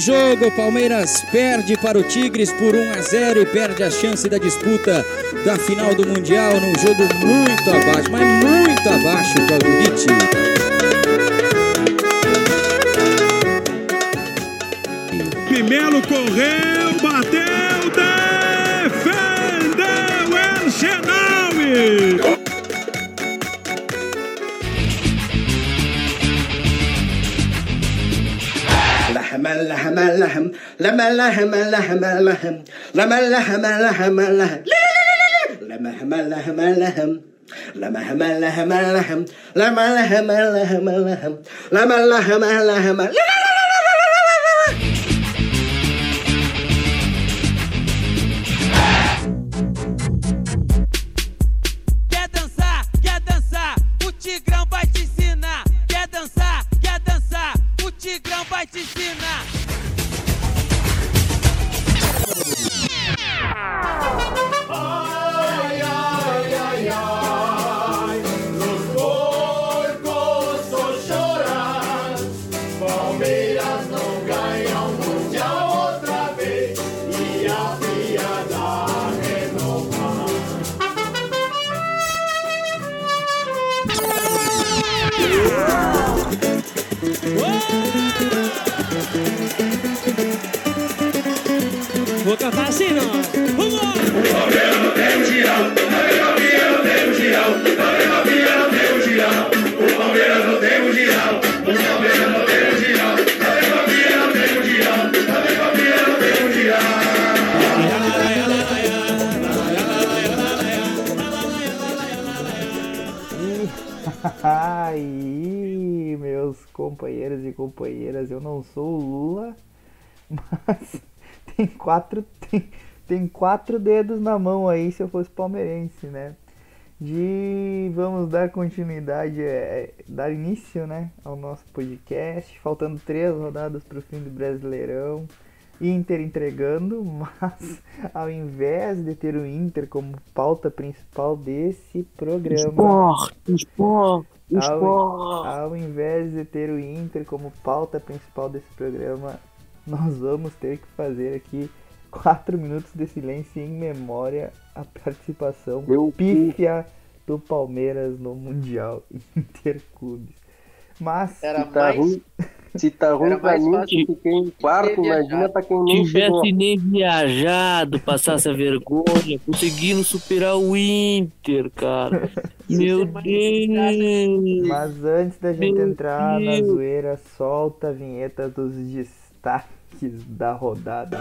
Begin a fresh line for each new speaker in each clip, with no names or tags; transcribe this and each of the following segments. jogo, Palmeiras perde para o Tigres por 1 a 0 e perde a chance da disputa da final do Mundial num jogo muito abaixo, mas muito abaixo, Claudinite.
Pimelo correu, bateu, defendeu El Chenaui.
لحم لحم لحم لما لحم لحم لحم لما لحم لحم لحم لما لحم لحم لحم لما لحم لحم لحم لما لحم لحم لحم لما لحم لحم
Quer dançar, quer dançar, o Tigrão vai te ensinar. Quer dançar, quer dançar, o Tigrão vai te ensinar.
Vou cantar assim não. Vamos!
Aí, meus companheiros e companheiras, eu não sou o Lula, mas tem quatro, tem, tem quatro dedos na mão aí se eu fosse palmeirense, né? De vamos dar continuidade, é, é, dar início, né, ao nosso podcast, faltando três rodadas para o fim do Brasileirão. Inter entregando, mas ao invés de ter o Inter como pauta principal desse programa, ao, ao invés de ter o Inter como pauta principal desse programa, nós vamos ter que fazer aqui 4 minutos de silêncio em memória à participação pífia do Palmeiras no Mundial Interclubes. Mas
Era
Tá
mais.
ruim. Se tá ruim
Era
pra
mais
mim,
fácil
que fiquei em quarto,
ter
imagina
viajado.
pra quem nem chegou.
tivesse nem viajado, passasse a vergonha, conseguindo superar o Inter, cara. Meu Deus!
Mas antes da gente
Meu
entrar na
Deus.
zoeira, solta a vinheta dos destaques da rodada.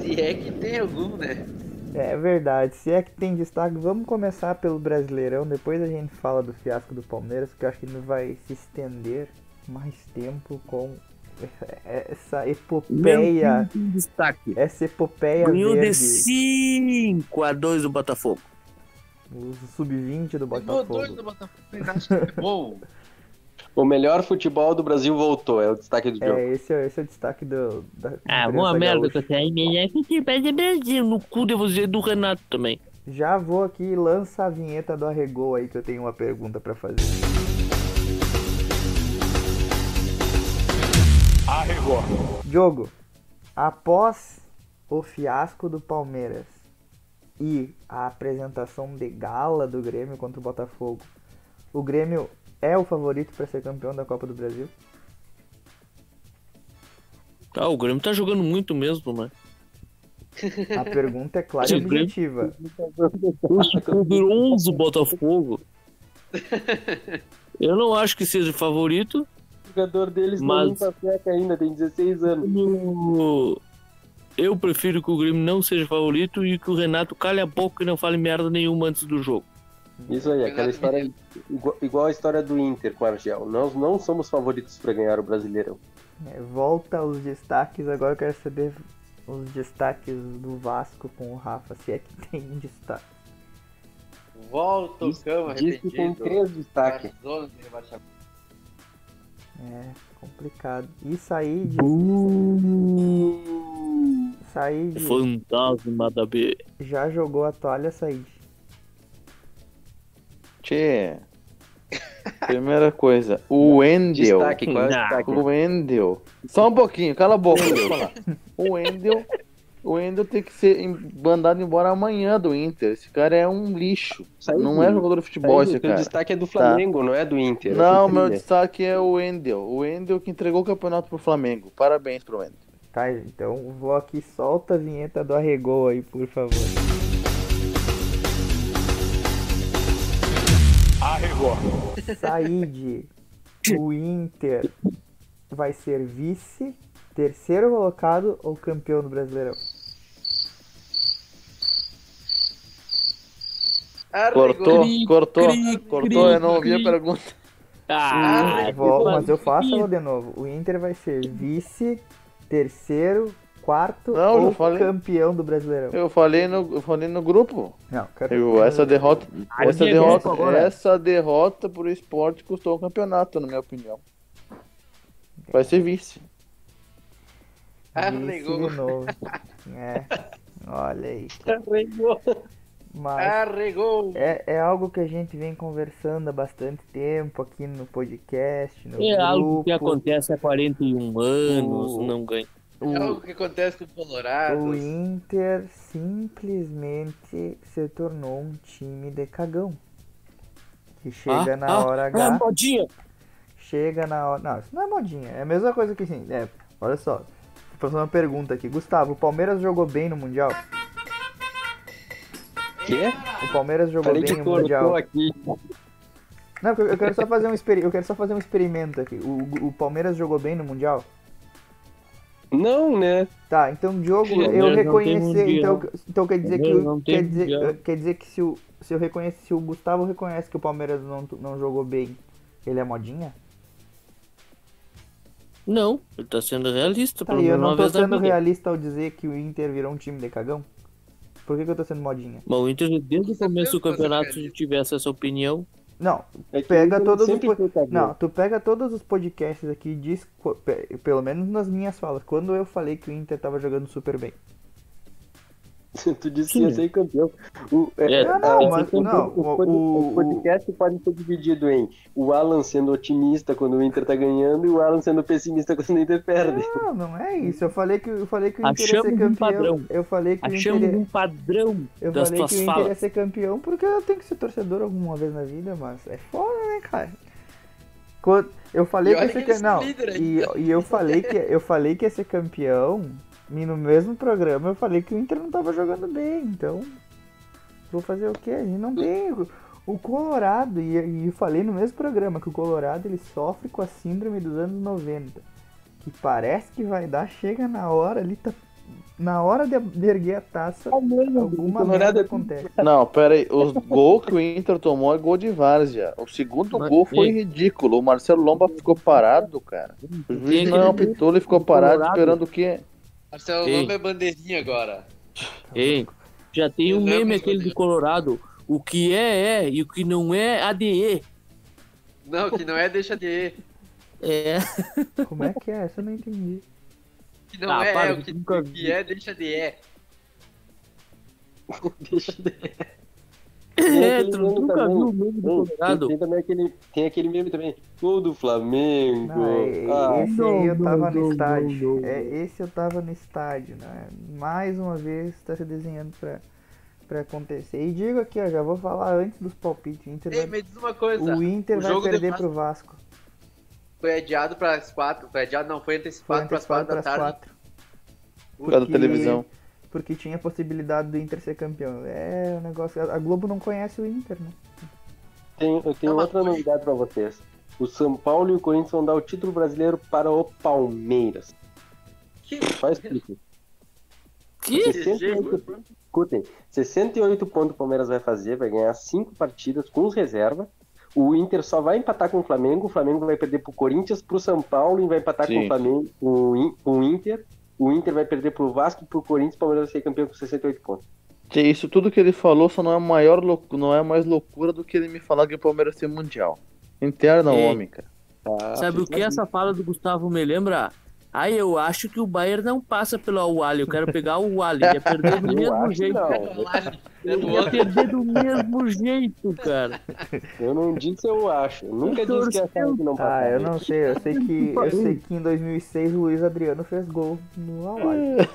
Se é que tem algum, né?
É verdade, se é que tem destaque, vamos começar pelo Brasileirão, depois a gente fala do fiasco do Palmeiras, porque eu acho que ele vai se estender mais tempo com essa epopeia,
Tem destaque.
essa epopeia
Ganhou de
verde,
5 a 2 do Botafogo.
o sub-20 do
Pegou dois do
Botafogo.
Botafogo, ainda acho que é bom.
O melhor futebol do Brasil voltou, é o destaque do jogo.
É, esse é, esse é o destaque do, da
Ah,
imprensa
uma merda
gaúcha.
que você aí melhor É que te pede Brasil. No cu de você do Renato também.
Já vou aqui e lança a vinheta do Arregou aí que eu tenho uma pergunta pra fazer. Arregou. Diogo, após o fiasco do Palmeiras e a apresentação de gala do Grêmio contra o Botafogo, o Grêmio é o favorito pra ser campeão da Copa do Brasil?
Ah, o Grêmio tá jogando muito mesmo, né?
A pergunta é clara e
Sim, o Grêmio-
objetiva.
Poderoso Botafogo. Eu não acho que seja o favorito.
O jogador deles
Mas-
não limpa seca ainda, tem 16 anos.
Eu- Eu prefiro que o Grêmio não seja favorito e que o Renato calhe a boca e não fale merda nenhuma antes do jogo.
Isso aí, aquela
Renato
história igual, igual a história do Inter com o Argel. Nós não somos favoritos pra ganhar o Brasileirão.
É, volta aos destaques, agora eu quero saber os destaques do Vasco com o Rafa, se é que tem destaque.
Volta o cão
Diz que tem
arrependido.
três destaques.
Zona de rebaixamento.
É, complicado. E sair de. Sair de.
Fantasma da B.
Já jogou a toalha, Said.
Tchê. Primeira coisa, o Wendel.
Destaque, qual é o
Não.
destaque?
O Wendel. Só um pouquinho, cala a boca. deixa eu falar. o Wendel. O Wendel tem que ser em- mandado embora amanhã do Inter. Esse cara é um lixo.
Saiu
não
do-
é jogador de futebol
Tá Aí,
esse
teu
cara.
destaque é do
Tá.
Flamengo, não é do Inter.
Não,
Assim,
meu
né?
destaque é o Wendel. O Wendel que entregou o campeonato pro Flamengo. Parabéns pro Wendel.
Tá, então vou aqui, solta a vinheta do Arregol aí, por favor. Arregol. Said, o Inter vai ser vice, terceiro colocado ou campeão do Brasileirão?
Cortou,
Cri,
cortou,
cri,
cortou.
cri,
eu não ouvi a
cri.
pergunta.
Ah,
Vou- mas eu faço ela de novo. O Inter vai ser vice, terceiro, quarto
Não, já
ou
falei.
campeão do Brasileirão?
Eu falei no, eu falei no grupo.
Não, cara.
Eu, essa derrota,
Ah,
essa
Diego,
derrota,
por favor.
essa derrota pro esporte custou o campeonato, na minha opinião. Vai ser vice.
Isso
Ah,
Arregou.
de novo. É. Olha aí.
Arregou.
Ah.
Mas
Arregou.
é, é algo que a gente vem conversando há bastante tempo aqui no podcast, no
É
grupo.
algo que acontece há 41 anos,
O-
não ganha.
É algo que acontece com o Colorado.
O Inter simplesmente se tornou um time de cagão. Que chega
Ah,
na
ah,
hora
Ah,
H.
modinha!
Chega na hora. Não, isso não é modinha. É a mesma coisa que assim. É, olha só. Vou fazer uma pergunta aqui. Gustavo, o Palmeiras jogou bem no Mundial?
Quê?
O Palmeiras jogou
Falei
bem
que
no
cortou
Mundial.
aqui.
Não, eu- eu quero só fazer um, experi... eu quero só fazer um experimento aqui. O, o Palmeiras jogou bem no Mundial?
Não, né?
Tá, então Diogo,
Palmeiras
eu
não tem
reconhecer.
Mundial.
Então, então quer dizer que.
Palmeiras
o-
não
Quer
tem
dizer, eh,
Mundial.
quer dizer que se o, se eu reconheço, se o Gustavo reconhece que o Palmeiras não, não jogou bem, ele é modinha?
Não, ele tá sendo realista,
Tá,
pelo
e eu
menos
não
uma
tô
vez na
sendo
vida.
realista ao dizer que o Inter virou um time de cagão? Por que, que eu tô sendo modinha?
Bom, o Inter, desde o começo do campeonato, se tivesse essa opinião,
Não,
É que
Pega
o Inter
todos os
sempre
po-
foi cagão.
Não, tu pega todos os podcasts aqui e diz, qu- pe- pelo menos nas minhas falas, quando eu falei que o Inter tava jogando super bem.
tu disse que ia ser campeão. O, é,
É,
Não, não,
esse
mas
foi
não,
o, pod-
o-
o
o-
podcast pode ser dividido em o Alan sendo otimista quando o Inter tá ganhando e o Alan sendo pessimista quando o Inter perde.
Não, não é isso. Eu falei que, eu falei que o Inter ia
Achamos
ser
um
campeão.
padrão.
Eu falei que o
achamos
Inter, é-
um padrão
eu
das
falei que o
tuas
Inter ia
falas.
ser campeão porque eu tenho que ser torcedor alguma vez na vida, mas é foda, né, cara? Quando- eu falei
E
que ia
olha
ser
que eles
campeão.
são líder
E, e eu falei que eu falei que ia ser campeão. E no mesmo programa eu falei que o Inter não tava jogando bem, então. Vou fazer o quê? A gente não tem. o- O Colorado, e, e eu falei no mesmo programa que o Colorado ele sofre com a síndrome dos anos 90. Que parece que vai dar, chega na hora ali, tá, na hora de, de erguer a taça,
É
alguma
Colorado
merda
é-
acontece.
Não, pera aí. O gol que o Inter tomou é gol de várzea. O segundo
Mas-
gol foi ridículo. O Marcelo Lomba ficou parado, cara. O juiz
Tem
não
aquele-
apitou, ele ficou parado
Colorado.
esperando o quê?
Marcelo
Ei.
Lomba é bandeirinha agora.
Ei, já tem
Eu
um meme
lembro,
aquele
meu
do Colorado. O que é, é, e o que não é, ADE.
Não, que não é deixa de ir.
É.
Como é que é? Essa eu não entendi.
Que não
Ah,
é,
para,
é, o que,
nunca
o que é deixa de é.
Deixa de...
É,
aquele
tu
meme
nunca
também.
viu o meme do
Tem-
Colorado?
Tem, também aquele, tem aquele meme também. Gol do Flamengo.
Não, é-
Ah,
esse
não,
aí eu
não,
tava
não,
no estádio.
não, não.
É, esse eu tava no estádio, né? Mais uma vez tá se desenhando pra, pra acontecer. E digo aqui, ó, já vou falar antes dos palpites. O Inter
Ei,
vai,
me diz uma coisa.
o Inter
o
vai
jogo de
perder
Vasco
pro Vasco.
Foi adiado pras quatro. Foi adiado, não, foi antecipado
Quatro
pras quatro da
pras
tarde.
quatro.
Por causa da televisão.
Porque tinha possibilidade do Inter ser campeão. É um negócio. A a Globo não conhece o Inter, né?
tem, eu tenho
Não, mas
outra
foi-
novidade pra vocês. O São Paulo e o Corinthians vão dar o título brasileiro para o Palmeiras.
Que-
Faz isso.
Que?
68 pontos. Escutem, 68 pontos o Palmeiras vai fazer, vai ganhar 5 partidas com reserva. O Inter só vai empatar com o Flamengo, o Flamengo vai perder pro Corinthians, pro São Paulo e vai empatar com o
Sim.
Flamengo, com o In- com o Inter. O Inter vai perder pro Vasco, pro Corinthians, o Palmeiras vai ser campeão com 68 pontos.
Que isso tudo que ele falou só não é maior lou- não é mais loucura do que ele me falar que o Palmeiras tem mundial. Interna,
Ei.
homem, cara.
Tá?
é Sabe o que essa fala do Gustavo me lembra? Aí eu acho que o Bayern não passa pelo Awali. Eu quero pegar o Awali. Ia perder do
Eu
mesmo
acho
jeito.
não. né?
Ele Ia perder do mesmo jeito, cara.
Eu não disse eu acho. Eu nunca disse que achava
um
que não
Ah,
passava.
eu não sei. Eu sei que, eu sei que em 2006 o Luiz Adriano fez gol no
É,
É, Awali.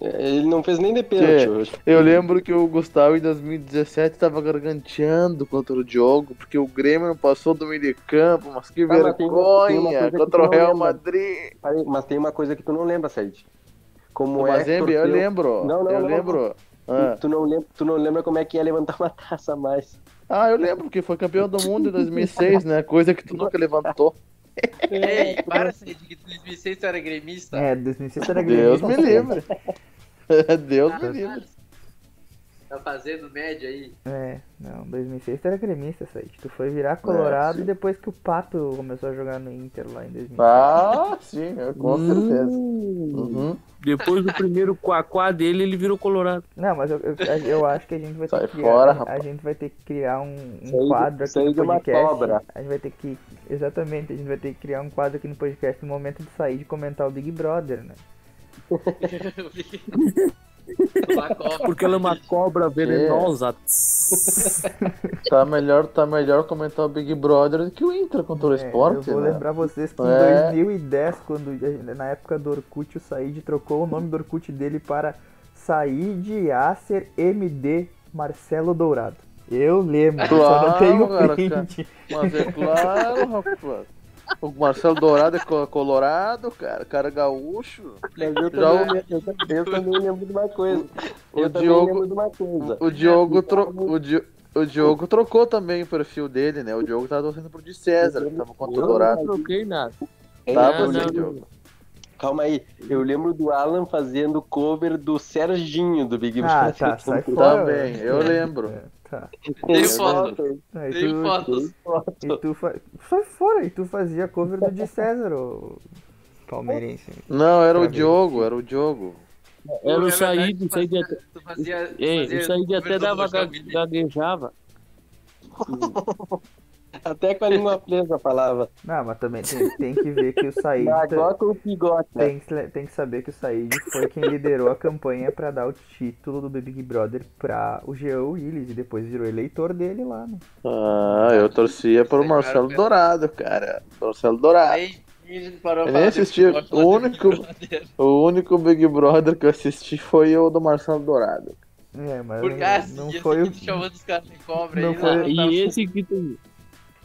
Ele não fez nem de pênalti. eu acho.
Eu lembro que o Gustavo em 2017 tava garganteando contra o Diogo, porque o Grêmio não passou do meio de campo, mas que
Ah, mas tem- tem uma
vergonha
coisa que
contra
tu
o
não
Real
lembra.
Madrid.
Aí, Mas tem uma coisa que tu não lembra, Said. Como
O
é.
Mazembe, eu
torceu-
lembro.
Não, não,
eu
não.
lembro. Ah.
Tu, tu não lembra, tu não lembra como é que é levantar uma taça a mais.
Ah, eu lembro que foi campeão do mundo em 2006, né? Coisa que tu nunca levantou.
Ei, É, para, Cid, que 2006 tu era gremista.
É, 2006 era
Deus
gremista.
me livre. Deus me
Caralho,
livre.
Tá fazendo média aí.
É, não, 2006 tu era gremista, Said. Tu foi virar colorado e depois que o Pato começou a jogar no Inter lá em 2006.
Ah, sim, com certeza.
Hum.
Uhum.
Depois do primeiro quaquá dele, ele virou colorado.
Não, mas eu, eu, eu acho que a gente vai ter
Sai
que criar,
fora,
a
rapaz.
gente vai ter que criar um, um
Isso aí-
quadro
isso
aqui
aí
no
de uma
podcast.
cobra.
A gente vai ter que exatamente, a gente vai ter que criar um quadro aqui no podcast no momento de sair de comentar o Big Brother, né?
Uma Copa.
Porque ela é uma cobra
É.
venenosa.
Tá melhor, tá melhor comentar o Big Brother do que o Inter contra o
É,
Sport,
eu vou
né?
lembrar vocês que
É.
em 2010, quando a- na época do Orkut, o Said trocou o nome do Orkut dele para Said Yasser MD Marcelo Dourado. Eu lembro, só não
Claro,
tenho
cara,
print.
Mas é claro, rapaz. O Marcelo Dourado é co- colorado, cara. O cara é gaúcho.
Mas eu
Já o-
também, lembro- eu também- eu também lembro de uma coisa.
O
Eu também
Diogo-
lembro de uma coisa.
O Diogo, tro... o, Di... o Diogo trocou também o perfil dele, né? O Diogo tava torcendo pro de César, que tava contra o Dourado.
Não troquei nada.
Tá,
eu
você,
lembro-
Diogo.
Calma aí. Eu lembro do Alan fazendo cover do Serginho do Big
Ah,
Brother.
tá, sai fora.
Tá bem, eu lembro.
É, Tá.
Tem foto,
Aí
tem
tu-
fotos.
E tu fa... Sai fora, e tu fazia cover do de César, ô palmeirense.
Não, era o
Pra mim.
Diogo, era o Diogo.
Era
É
o
verdade,
Said, o
tu fazia-
Said até,
tu
é,
fazia- tu
ei,
fazia
o Said até
cobertor
dava
do né? João
ga-
Mendes.
gaguejava.
Até com a língua presa falava.
Não, mas também tem, tem que ver que o Said.
Agora com o Pigote.
Tem que, le- tem que saber que o Said foi quem liderou a campanha pra dar o título do Big Brother pra o Jean Willis e depois virou eleitor dele lá, né?
Ah, eu torcia pro
Sei,
Marcelo
cara.
Dourado, cara. Marcelo Dourado.
Aí a gente parou
Eu
pra
nem
falar
assisti.
de futebol,
O
falar de
único-
brincadeira.
O único Big Brother que eu assisti foi o do Marcelo Dourado.
É, mas
Por causa
não, não
disso,
foi o.
tu chamando os caras de cobra
não
aí, né?
foi-
lá,
e
tava-
esse que tu.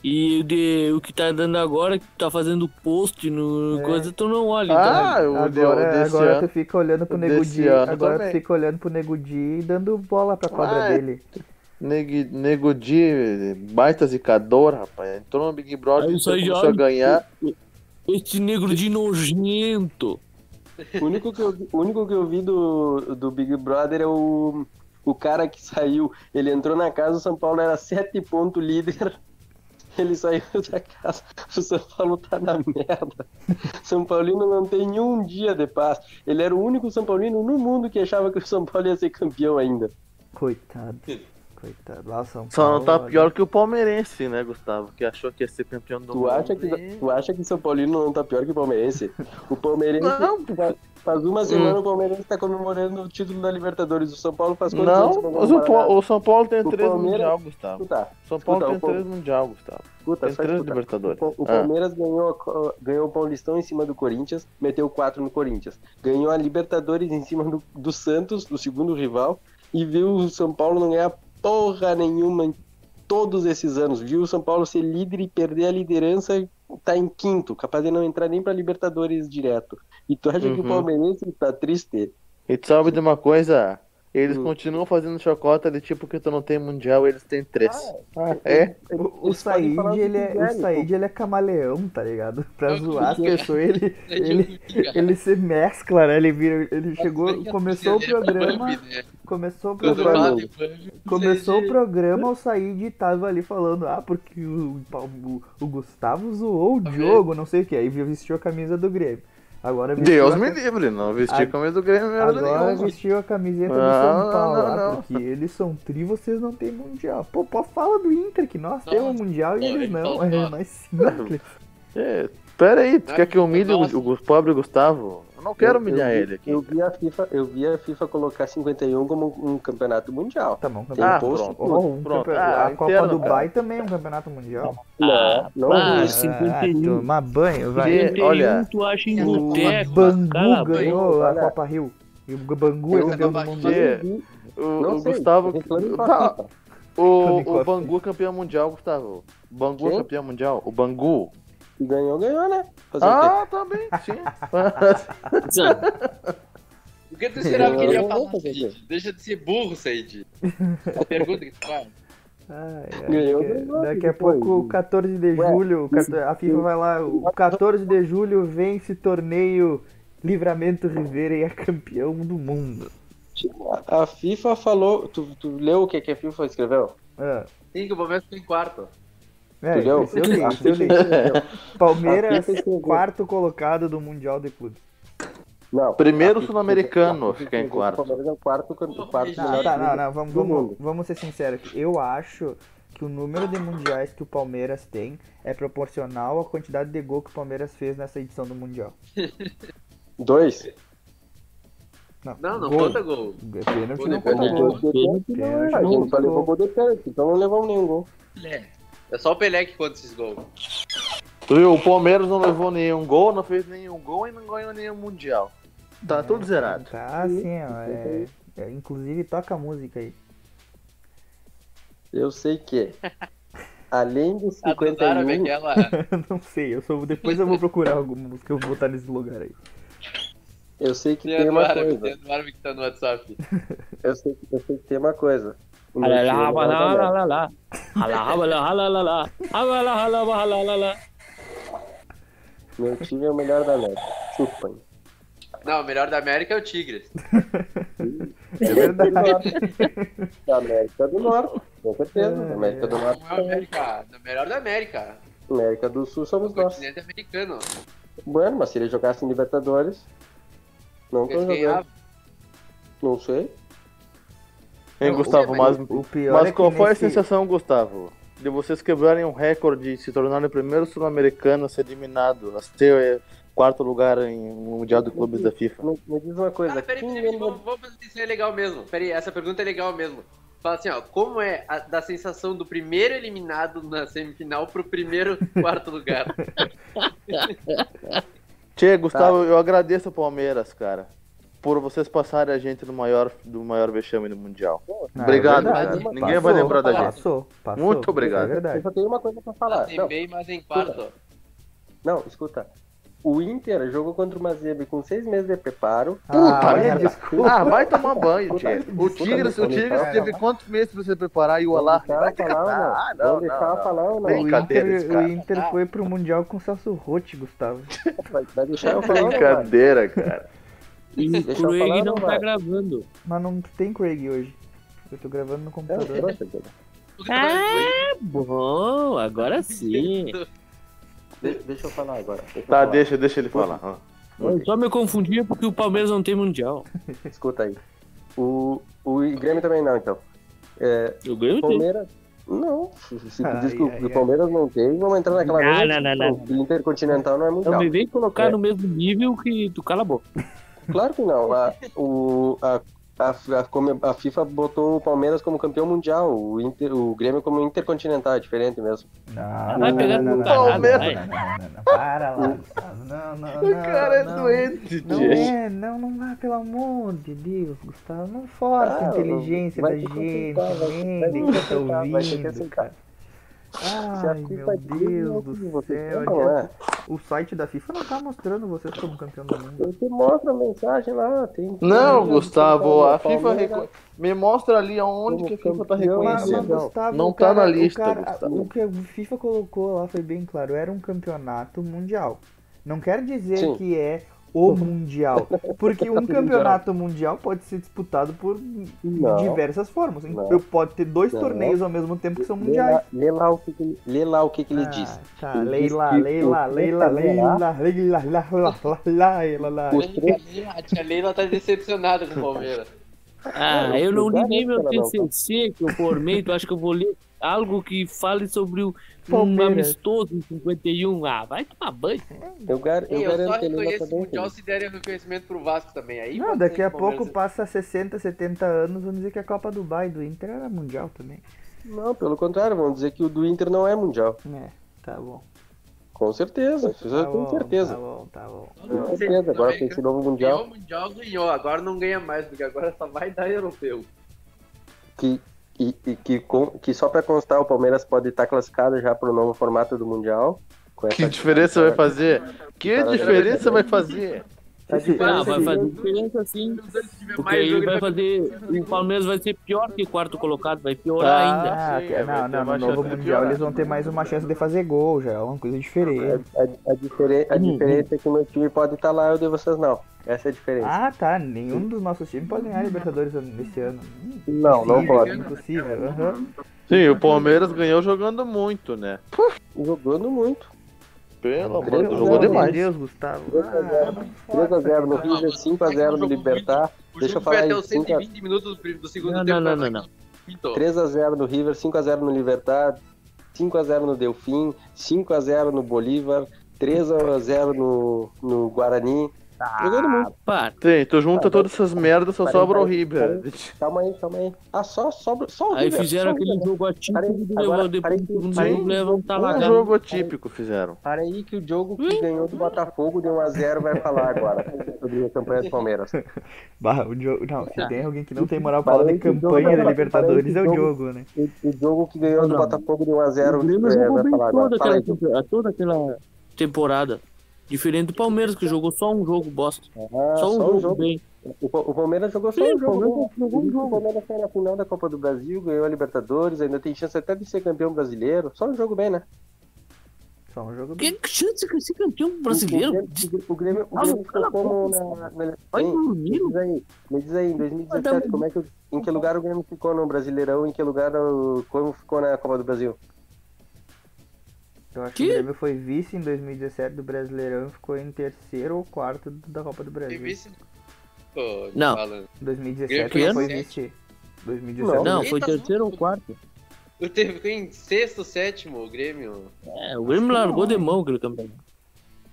E o, de, o que tá dando agora, que tu tá fazendo post no
É.
coisa, tu não olha. então, né?
Ah, o de- o
Então, Agora, é,
desse
agora tu
ano.
fica olhando pro Nego
desse
Di.
ano
Agora tu
também.
fica olhando pro Nego Di e dando bola pra quadra
Ah, é.
dele.
Neg- Nego Di, baita zicador, rapaz. Entrou no Big Brother,
Aí
então
sai de
começou a
olho.
ganhar.
então. Esse negro de nojento.
O único que eu, vi- o único que eu vi do, do Big Brother é o, o cara que saiu. Ele entrou na casa, o São Paulo era sete pontos líder. Ele saiu da casa, o São Paulo tá na merda. São Paulino não tem um dia de paz. Ele era o único São Paulino no mundo que achava que o São Paulo ia ser campeão ainda.
Coitado. Coitado. Lá o São
Só não tá
Paulo,
pior que o palmeirense, né, Gustavo? Que achou que ia ser campeão do
Tu
mundo.
acha, que,
e-
tu acha que São Paulino não tá pior que o Palmeirense? O Palmeirense.
Não,
faz- Faz uma
Hum.
semana o Palmeirense tá comemorando o título da Libertadores. O São Paulo faz quantos anos
Não, mas
que
o,
comemora
Pa-
nada? tá.
o São Paulo tem
O
três
Palmeiras-
mundial, Gustavo.
Escuta,
São Paulo
escuta,
tem
o Pal-
três mundial, Gustavo.
escuta,
Tem
só
três
escuta.
Libertadores.
O
Ah.
Palmeiras ganhou, a co- ganhou o Paulistão em cima do Corinthians, meteu 4 no Corinthians. Ganhou a Libertadores em cima do, do Santos, do segundo rival, e viu o São Paulo não ganhar porra nenhuma em todos esses anos. Viu o São Paulo ser líder e perder a liderança e tá em quinto, capaz de não entrar nem pra Libertadores direto. E tu acha que o
Uhum.
Palmeirense tá triste?
E tu sabe de uma coisa? Eles
Hum.
continuam fazendo chacota de tipo que tu não tem mundial, eles têm três.
Ah,
é?
Ah, O, o
Eles podem
Said,
falar que
ele é, o
quiserem,
Said, ele é camaleão, tá ligado? Pra
Eu-
zoar as pessoas, ele,
Eu digo
ele,
que, cara,
ele se mescla, né? Ele, vira, ele
como é
chegou,
que a
começou o
torcida é
programa,
Bambi, né?
começou o
Quando
programa,
fala em Bambi,
começou o
Said-
programa, o Said tava ali falando, ah, porque o, o, o Gustavo zoou o
Tá
Diogo, não sei o que, aí vestiu a camisa do Grêmio. Agora
é.
vestiu
Deus
a
me
ca-
livre, não vesti
A-
a camisa do Grêmio era
Agora
nenhuma.
vestiu a camiseta do
Não,
São Paulo,
não,
ah,
não.
porque eles são tri, vocês não têm mundial. Pô, pô, fala do Inter, que nós
Nossa,
temos mundial e
pô,
eles
ele
não,
falou,
é
ó.
mais simples.
É, Pera aí, tu quer que eu humilhe o, o, o pobre Gustavo? Eu não quero humilhar
eu, vi-
ele aqui.
Eu vi, a FIFA, eu vi a FIFA colocar 51 como um, um campeonato mundial.
Tá bom,
Tem
Ah,
imposto,
pronto.
tudo.
Um
Pronto,
campe-
ah,
a Copa
interno,
do
cara.
Bai também é um campeonato mundial.
Não, não
Ah,
é,
vi.
51.
tomar banho, vai.
Porque- olha-
tu acha em
O
boteco,
Bangu
cala a boca.
ganhou a
olha.
Copa Rio. E o Bangu é
Eu-
campeão do
eu-
mundo.
Porque
vi.
o,
Não
o
sei,
Gustavo.
reclame com a
Tá,
FIFA.
o,
Reclame com a
o Bangu é campeão mundial, Gustavo. Bangu é
Quem?
campeão mundial. O Bangu.
Se ganhou, ganhou, né? Fazer o quê?
Ah, tá bem, sim.
O que tu esperava que ele ia
Eu não
falar,
vou fazer
Said? Deixa de ser burro, Said. A pergunta que tu faz.
Ai, ai,
Ganhou,
que-
ganhou,
Daqui a
que foi.
pouco, o 14 de
Ué,
julho, o 14 a FIFA
isso-
vai lá. O 14 de julho vence torneio Livramento Rivera e é campeão do mundo.
A FIFA falou. Tu, tu leu o que, que a FIFA escreveu?
Ah,
Sim, que o Palmeiras ficou em quarto.
é,
Entendeu?
esse eu li, esse eu li. Palmeiras,
é
quarto colocado do Mundial de Clubes.
Não.
Primeiro
a FIFA-
sul-americano
a FIFA
fica em
escreveu que
quarto.
O Palmeiras é o quarto, é o quarto
Não,
Não,
melhor
tá,
time
não, não, vamos,
do
vamos,
mundo.
vamos ser sinceros. aqui. Eu acho que o número de mundiais que o Palmeiras tem é proporcional à quantidade de gol que o Palmeiras fez nessa edição do Mundial.
Dois.
Não, não
gol.
conta gol.
É pênalti,
Gol
não
de
conta
pênalti.
gol.
Gol de pênalti, não é. A
Gol
gente
de
só levou
gol.
gol de pênalti, então não levamos nenhum gol.
Pelé. É só o Pelé que conta esses gols.
Tu viu, o Palmeiras não levou nenhum gol, não fez nenhum gol e não ganhou nenhum mundial. Tá tudo zerado.
Tá assim, ó. é- é, inclusive toca a música aí.
Eu sei que. Além dos
Tá Adoraram
51,
aquela.
Eu não sei, eu sou, depois eu vou procurar alguma música, eu vou botar nesse lugar aí.
eu sei que tem
Leandro
uma
Árabe,
coisa.
Leandro Árabe que tá no WhatsApp.
Eu sei que, eu sei que tem uma coisa. O meu time não vai ganhar.
Alalalalalalá. Alalalalalalá. Alalalalalalá.
Meu time é o melhor da América. Chupem.
Não, o melhor da América é o Tigres.
É verdade.
Da América do Norte, com certeza. Da América do Norte,
Não é o América. O melhor da América.
América do Sul somos
O
nós.
continente americano.
Bueno, mas se ele jogasse em Libertadores, não tô
Eles
jogando.
ganhavam.
Não sei.
Hein, Gustavo, um mas,
O pior é
mas
que
qual foi a
nesse-
sensação, Gustavo? De vocês quebrarem um recorde e se tornarem o primeiro sul-americano a ser eliminado, a ser eh, quarto lugar em um Mundial de Clubes da FIFA.
Me, me diz uma coisa.
Ah, peraí,
quem
peraí,
lembra-
peraí, vamos, vamos fazer isso é legal mesmo. Peraí, essa pergunta é legal mesmo. Fala assim, ó, como é a- da sensação do primeiro eliminado na semifinal pro primeiro quarto lugar?
Tchê, Gustavo, eu agradeço ao Palmeiras, cara, por vocês passarem a gente no maior, do maior vexame do Mundial.
Ah, é
obrigado,
verdade.
cara.
Passou,
Ninguém vai lembrar da gente.
Passou, passou.
Muito obrigado.
É verdade.
Eu só tenho uma coisa pra falar.
Passei
Não,
Assim, bem, mas em quarto.
não, escuta. O Inter jogou contra o Mazembe com seis meses de preparo.
Ah,
merda.
olha, desculpa.
Ah, vai tomar banho,
Puta,
Tchê. O
puta,
Tigres,
não,
o Tigres
não,
teve quantos meses pra se preparar e o Alá
Vão
vai te
deixar falar
catar. Ah,
ou não?
não,
Vão deixar
não,
falar ou
não.
não?
O
Brincadeira
Inter,
esse
o
cara.
Inter foi pro Mundial com o Celso Rotti, Gustavo.
Vai, vai deixar eu falar. ou não vai?
Brincadeira, cara.
E o
Deixa eu falar,
Craig
não
não tá
vai.
gravando.
Mas não tem Craig hoje. Eu tô gravando no
É,
Não,
computador.
trouxa, cara.
Ah, bom, agora sim.
De- Deixa eu falar agora. Deixa eu
Tá,
falar.
deixa, deixa ele falar. Ah.
Eu só me confundia porque o Palmeiras não tem mundial.
Escuta aí. O, o Grêmio também não, então. É,
Eu ganho tem.
Palmeiras. Não, se se tu
Ah,
Ai,
diz que o
ai,
do
ai.
é.
Palmeiras não tem, vamos entrar naquela
Não,
mesma
não, não,
discussão. O Intercontinental não é
Não
mundial.
me vem colocar
É.
no mesmo nível que tu cala a boca.
Claro que não. A, o, a, a, a, como a FIFA botou o Palmeiras como campeão mundial, o, Inter- o Grêmio como intercontinental, é diferente mesmo.
Ah,
Tá
Não,
Vai
não,
pegar
não,
no
não, não, não,
Palmeiras.
né?
não, não, não, não, Para lá, Gustavo. Não, não, não.
O cara é
não.
doente,
Não
Tchê.
é, não, não vai, pelo amor de Deus, Gustavo. Não força a
Ah,
inteligência da
vai
gente,
ter que aceitar, vai ter- vai ter
nem
que
que tá
aceitar, vai ter que
ouvindo,
aceitar.
cara.
Se assim a
Ai,
FIFA
meu
diz, não
Deus
diz,
do
assim você
céu.
tem, não é?
O site da FIFA não tá mostrando vocês como campeão do mundo.
Eu te mostro a mensagem lá. Tem
Não,
tem-
Gustavo, a FIFA
Palmeiras-
reco- me mostra ali aonde que a FIFA tá
Como campeão,
Mas, mas,
reconhecendo.
Não,
Gustavo,
não
o
tá
cara-
na
o
lista,
cara-
Gustavo.
O que a FIFA colocou lá foi bem claro, era um campeonato mundial. Não quer dizer
Sim.
que é o mundial, porque um campeonato mundial pode ser disputado por
Não.
diversas formas.
Não.
Eu pode ter dois
Não.
torneios ao mesmo tempo que são
Lê lá,
mundiais.
lê lá o que, que- lê lá o que, que ele
Ah,
diz.
Tá,
Ele diz
Leila,
que
Leila,
o
Leila, Leila,
Palmeiras-
Leila, Leila, Leila, Leila, Leila.
Os
A tia Leila tá decepcionada com o Palmeiras.
Ah, eu não li nem meu TCC que eu formei, tu acha que eu vou ler algo que fale sobre o um
Palmeiras.
amistoso em 51? Ah, vai tomar banho.
Eu, gar
Eu, só reconheço o Mundial se derem reconhecimento pro Vasco também. Aí
Não,
pode
daqui
ser
a
que o Palmeiras-
pouco passa 60, 70 anos, vamos dizer que a Copa do Dubai do Inter era mundial também.
Não, pelo contrário, vamos dizer que o do Inter não é mundial.
É, tá bom.
Com certeza, isso eu
Tá
tenho
bom,
certeza.
Tá bom, tá bom.
Com certeza, agora tem esse novo
Ganhou
mundial
o Mundial, ganhou. Agora não ganha mais, porque agora só vai dar europeu.
que, e, e que, com- que só pra constar o Palmeiras pode estar classificado já pro novo formato do mundial. Com
Que diferença vai fazer? Que diferença vai fazer?
Tá né?
Ah, vai fazer diferença sim. Porque
mais
aí
jogo,
vai
ele vai- né?
fazer. O Palmeiras vai ser pior que quarto colocado, vai piorar ainda.
Ah,
sim, vai
que- não,
ter
não, no
mais
novo
chance de
mundial
piorar.
eles vão ter mais uma chance de fazer gol já, é uma coisa diferente.
A, a diferen-
Hum,
a diferença é que o meu time pode estar lá, eu de vocês não. Essa é a diferença.
Ah, tá, nenhum dos nossos times pode ganhar a Libertadores ano- nesse ano. Hum,
não, não pode.
Impossível, aham.
Sim, o Palmeiras ganhou jogando muito, né?
Jogando muito.
Pelo amor de
Três
Deus,
a
jogou
zero.
demais.
Deus, Gustavo.
3x0 no River, 5x0 no Libertar.
O
Deixa eu
jogo
falar
foi até
aí.
os 120 minutos do, prim- do segundo
Não,
tempo.
não, não,
mas
não, não.
pintou.
3x0 no River, 5x0 no Libertar, 5x0 no Delfim, 5x0 no Bolívar, 3x0 no, no Guarani. Jogando muito.
Para.
Sim, tu junta todas essas merdas, só
Quarenta-
sobra o River.
Calma aí, calma aí. Ah, só, sobra, só o
Aí
River.
fizeram
só o
aquele
River.
jogo atípico
Parei-
e
agora-
levou depois do
parei-
segundo
parei-
jogo, levam tá
Um
lagado.
jogo atípico fizeram.
Para aí que o jogo que ganhou do Botafogo de 1x0 vai falar agora sobre a campanha do Palmeiras.
Bah, o Diogo, não, se tem alguém Ah. que não tem moral pra
Parece
falar de
que o Diogo
campanha
tá-
da Libertadores
parece
é o
que o
Diogo, né?
O, o jogo que ganhou
Não,
do
não.
Botafogo de
O
1x0
Grêmio
é,
jogou
vai
bem
falar
toda
agora.
aquela,
Fala aí,
tempo- toda aquela temporada. Diferente do Palmeiras, que jogou só um jogo bosta.
Ah,
só um jogo, bem.
O, Pa- o Palmeiras jogou só
Sim,
um jogo.
o Palmeiras
né? O Palmeiras foi na final da Copa do Brasil, ganhou a Libertadores, ainda tem chance até de ser campeão brasileiro. Só um jogo bem, né?
Só um jogo
Que chance de ser campeão
O-
brasileiro?
O Grêmio, o Grêmio, o
Ah,
Grêmio
cala
ficou
a boca,
como na. na-
Vai
Hein, me
dormir,
diz aí, me diz aí, em
Vai
2017,
dar-
como é que, em que lugar o Grêmio ficou no Brasileirão? Em que lugar o, como ficou na Copa do Brasil?
Eu acho que,
Que?
o Grêmio foi vice em 2017 do Brasileirão e ficou em terceiro ou quarto do- da Copa do
Tem
Brasil.
vice- Pô,
Não.
falando.
Que
2017 não foi
ano?
vice. 2017
Não,
Não,
Ele
foi
tá
terceiro ou
muito-
quarto.
Eu teve em sexto, sétimo o Grêmio.
É, o Grêmio largou de mão aquele campeonato.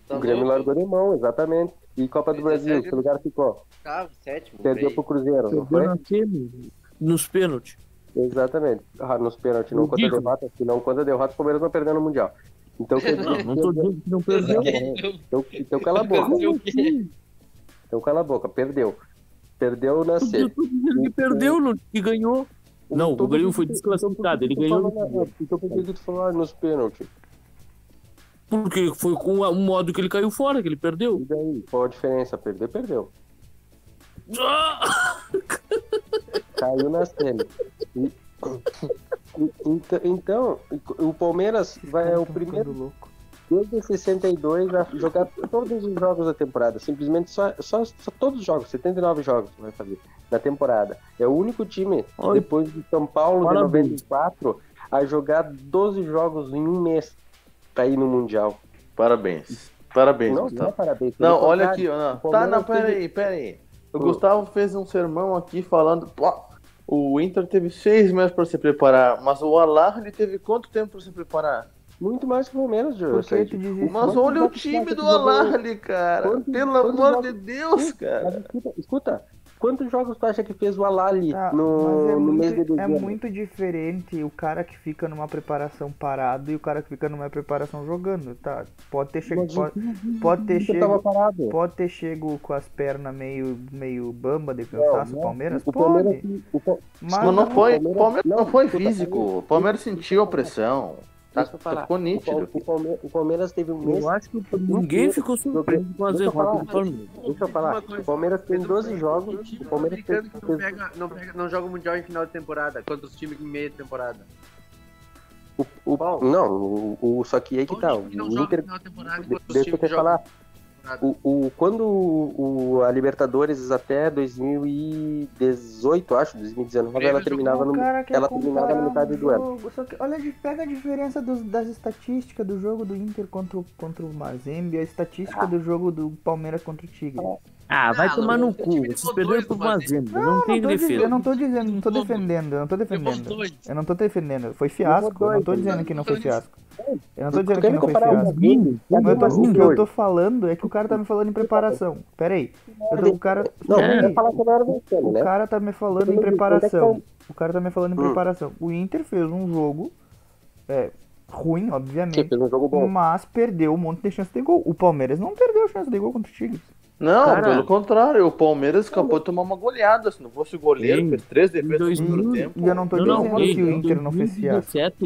Tá
o Grêmio
louco?
largou de mão, exatamente. E Copa do Brasil,
17.
que lugar ficou?
Oitavo, sétimo.
Perdeu
por
pro
aí.
Cruzeiro,
Perdeu
não foi?
na semi, nos pênaltis.
Exatamente. Ah, nos pênaltis não conta
Ridículo.
derrota. Se não conta derrota, o Palmeiras não perdeu no Mundial. Então, quer dizer,
Não, não tô dizendo que não perdeu.
Perdeu.
então, então cala a boca.
Perdeu o quê?
Então cala a boca, perdeu. Perdeu na
Eu
C.
tô dizendo que perdeu não, e ganhou. Não, o Grêmio foi desclassificado, ele ganhou no Mundial.
Então por que que tu falou ah, nos pênaltis?
Porque foi com a- um modo que ele caiu fora, que ele perdeu.
E daí? Qual a diferença? Perder, perdeu.
Ah!
Caiu na semi. E- e- ent- Então, o Palmeiras vai, é o primeiro
louco.
desde 62 a jogar todos os jogos da temporada. Simplesmente só, só, só todos os jogos, 79 jogos vai fazer da temporada. É o único time,
Olha.
depois do São Paulo de
Parabéns.
94, a jogar 12 jogos em um mês pra ir no Mundial.
Parabéns. Parabéns,
não, não é
Gustavo.
parabéns.
Não, tá
pelo
olha aqui,
contrário.
ó, não.
O
Tá,
Palmeiras
não, pera
teve-
aí, pera aí. O
Ô.
Gustavo fez um sermão aqui falando. "Pô, O Inter teve seis meses pra se preparar, mas o Alar ele teve quanto tempo pra se preparar?
Muito mais que o Palmeiras, Júlio.
Por que tu diz isso?
Mas
Quantos
olha o
jogos
time
tu
do
jogou?
Alarli, cara.
Quantos-
Pelo
quantos
amor
jogos-
de Deus,
Mas
cara.
escuta, escuta, quantos jogos tu acha que fez o Alali
Tá,
no,
mas é
no mês de
muito, é
dezembro?
muito diferente o cara que fica numa preparação parado e o cara que fica numa preparação jogando, tá? Pode ter chegado.
Mas o
Pode, pode ter
Inter Então tava
chego.
parado.
Pode ter chego com as pernas meio, meio bamba de cansaço,
não. né?
o Palmeiras?
O
pode.
Palmeiras, o, Pa-
Mas Ah, não foi, o Palmeiras não foi
escuta,
físico. O Palmeiras sentiu a pressão. Tá,
Deixa eu falar.
ficou
O Pal-
nítido.
O, Palme- o Palmeiras teve um mês.
Eu acho que ninguém ficou surpreso com as
Deixa eu falar.
derrotas do Palmeiras.
Deixa eu falar. O Palmeiras tem 12 jogos. O Palmeiras
um Americano
fez.
que não, pega, não, pega, não joga o Mundial em final de temporada, contra os times em meia de temporada.
O, o, não, o, o- só que aí que tá. O
Onde que não joga em
Inter.
final de temporada,
de-
contra os
Deixa eu
times
te
que jogam
falar.
em temporada.
O, o, quando o, a Libertadores até 2018, acho, 2019, ela
Grêmio
terminava no.
O cara quer
é
Ela terminava
comparar
na metade
um
do ano.
jogo, Só que olha, de- pega a diferença dos- das estatísticas do jogo do Inter contra, o- contra o Mazembe e a estatística do jogo do Palmeiras contra o Tigre.
Ah, vai
Ah,
tomar
não,
no cu. Vocês perderam pro Mazembe. Não,
Ah, Não,
tem
tô diz-
defesa.
Eu não tô dizendo, não tô defendendo, eu não tô defendendo. Eu não tô defendendo. Foi fiasco, eu não tô dizendo que não foi fiasco. Eu não tô dizendo que não foi fiasco. Mas eu tô- assim, o que eu tô falando é que o cara tá me falando em preparação. Pera aí. Eu tô- o cara.
Não,
Pera
eu
aí.
ia falar que eu não era vencendo,
O
né?
É. cara tá me falando em
Quando é que
preparação.
eu-
O cara tá me falando em
Hum.
preparação. O Inter fez um jogo é, ruim, obviamente.
Tipo,
Que fez um jogo bom.
Mas perdeu um monte de chance de gol. O Palmeiras não perdeu chance de gol contra o Tigres.
Não,
Cara.
pelo contrário, o Palmeiras acabou de tomar uma goleada. Se não fosse o goleiro,
Sim.
fez três defesas no primeiro
mil-
tempo.
E eu não tô dizendo
ei,
que o
em
Inter não fez fiasco.
2017,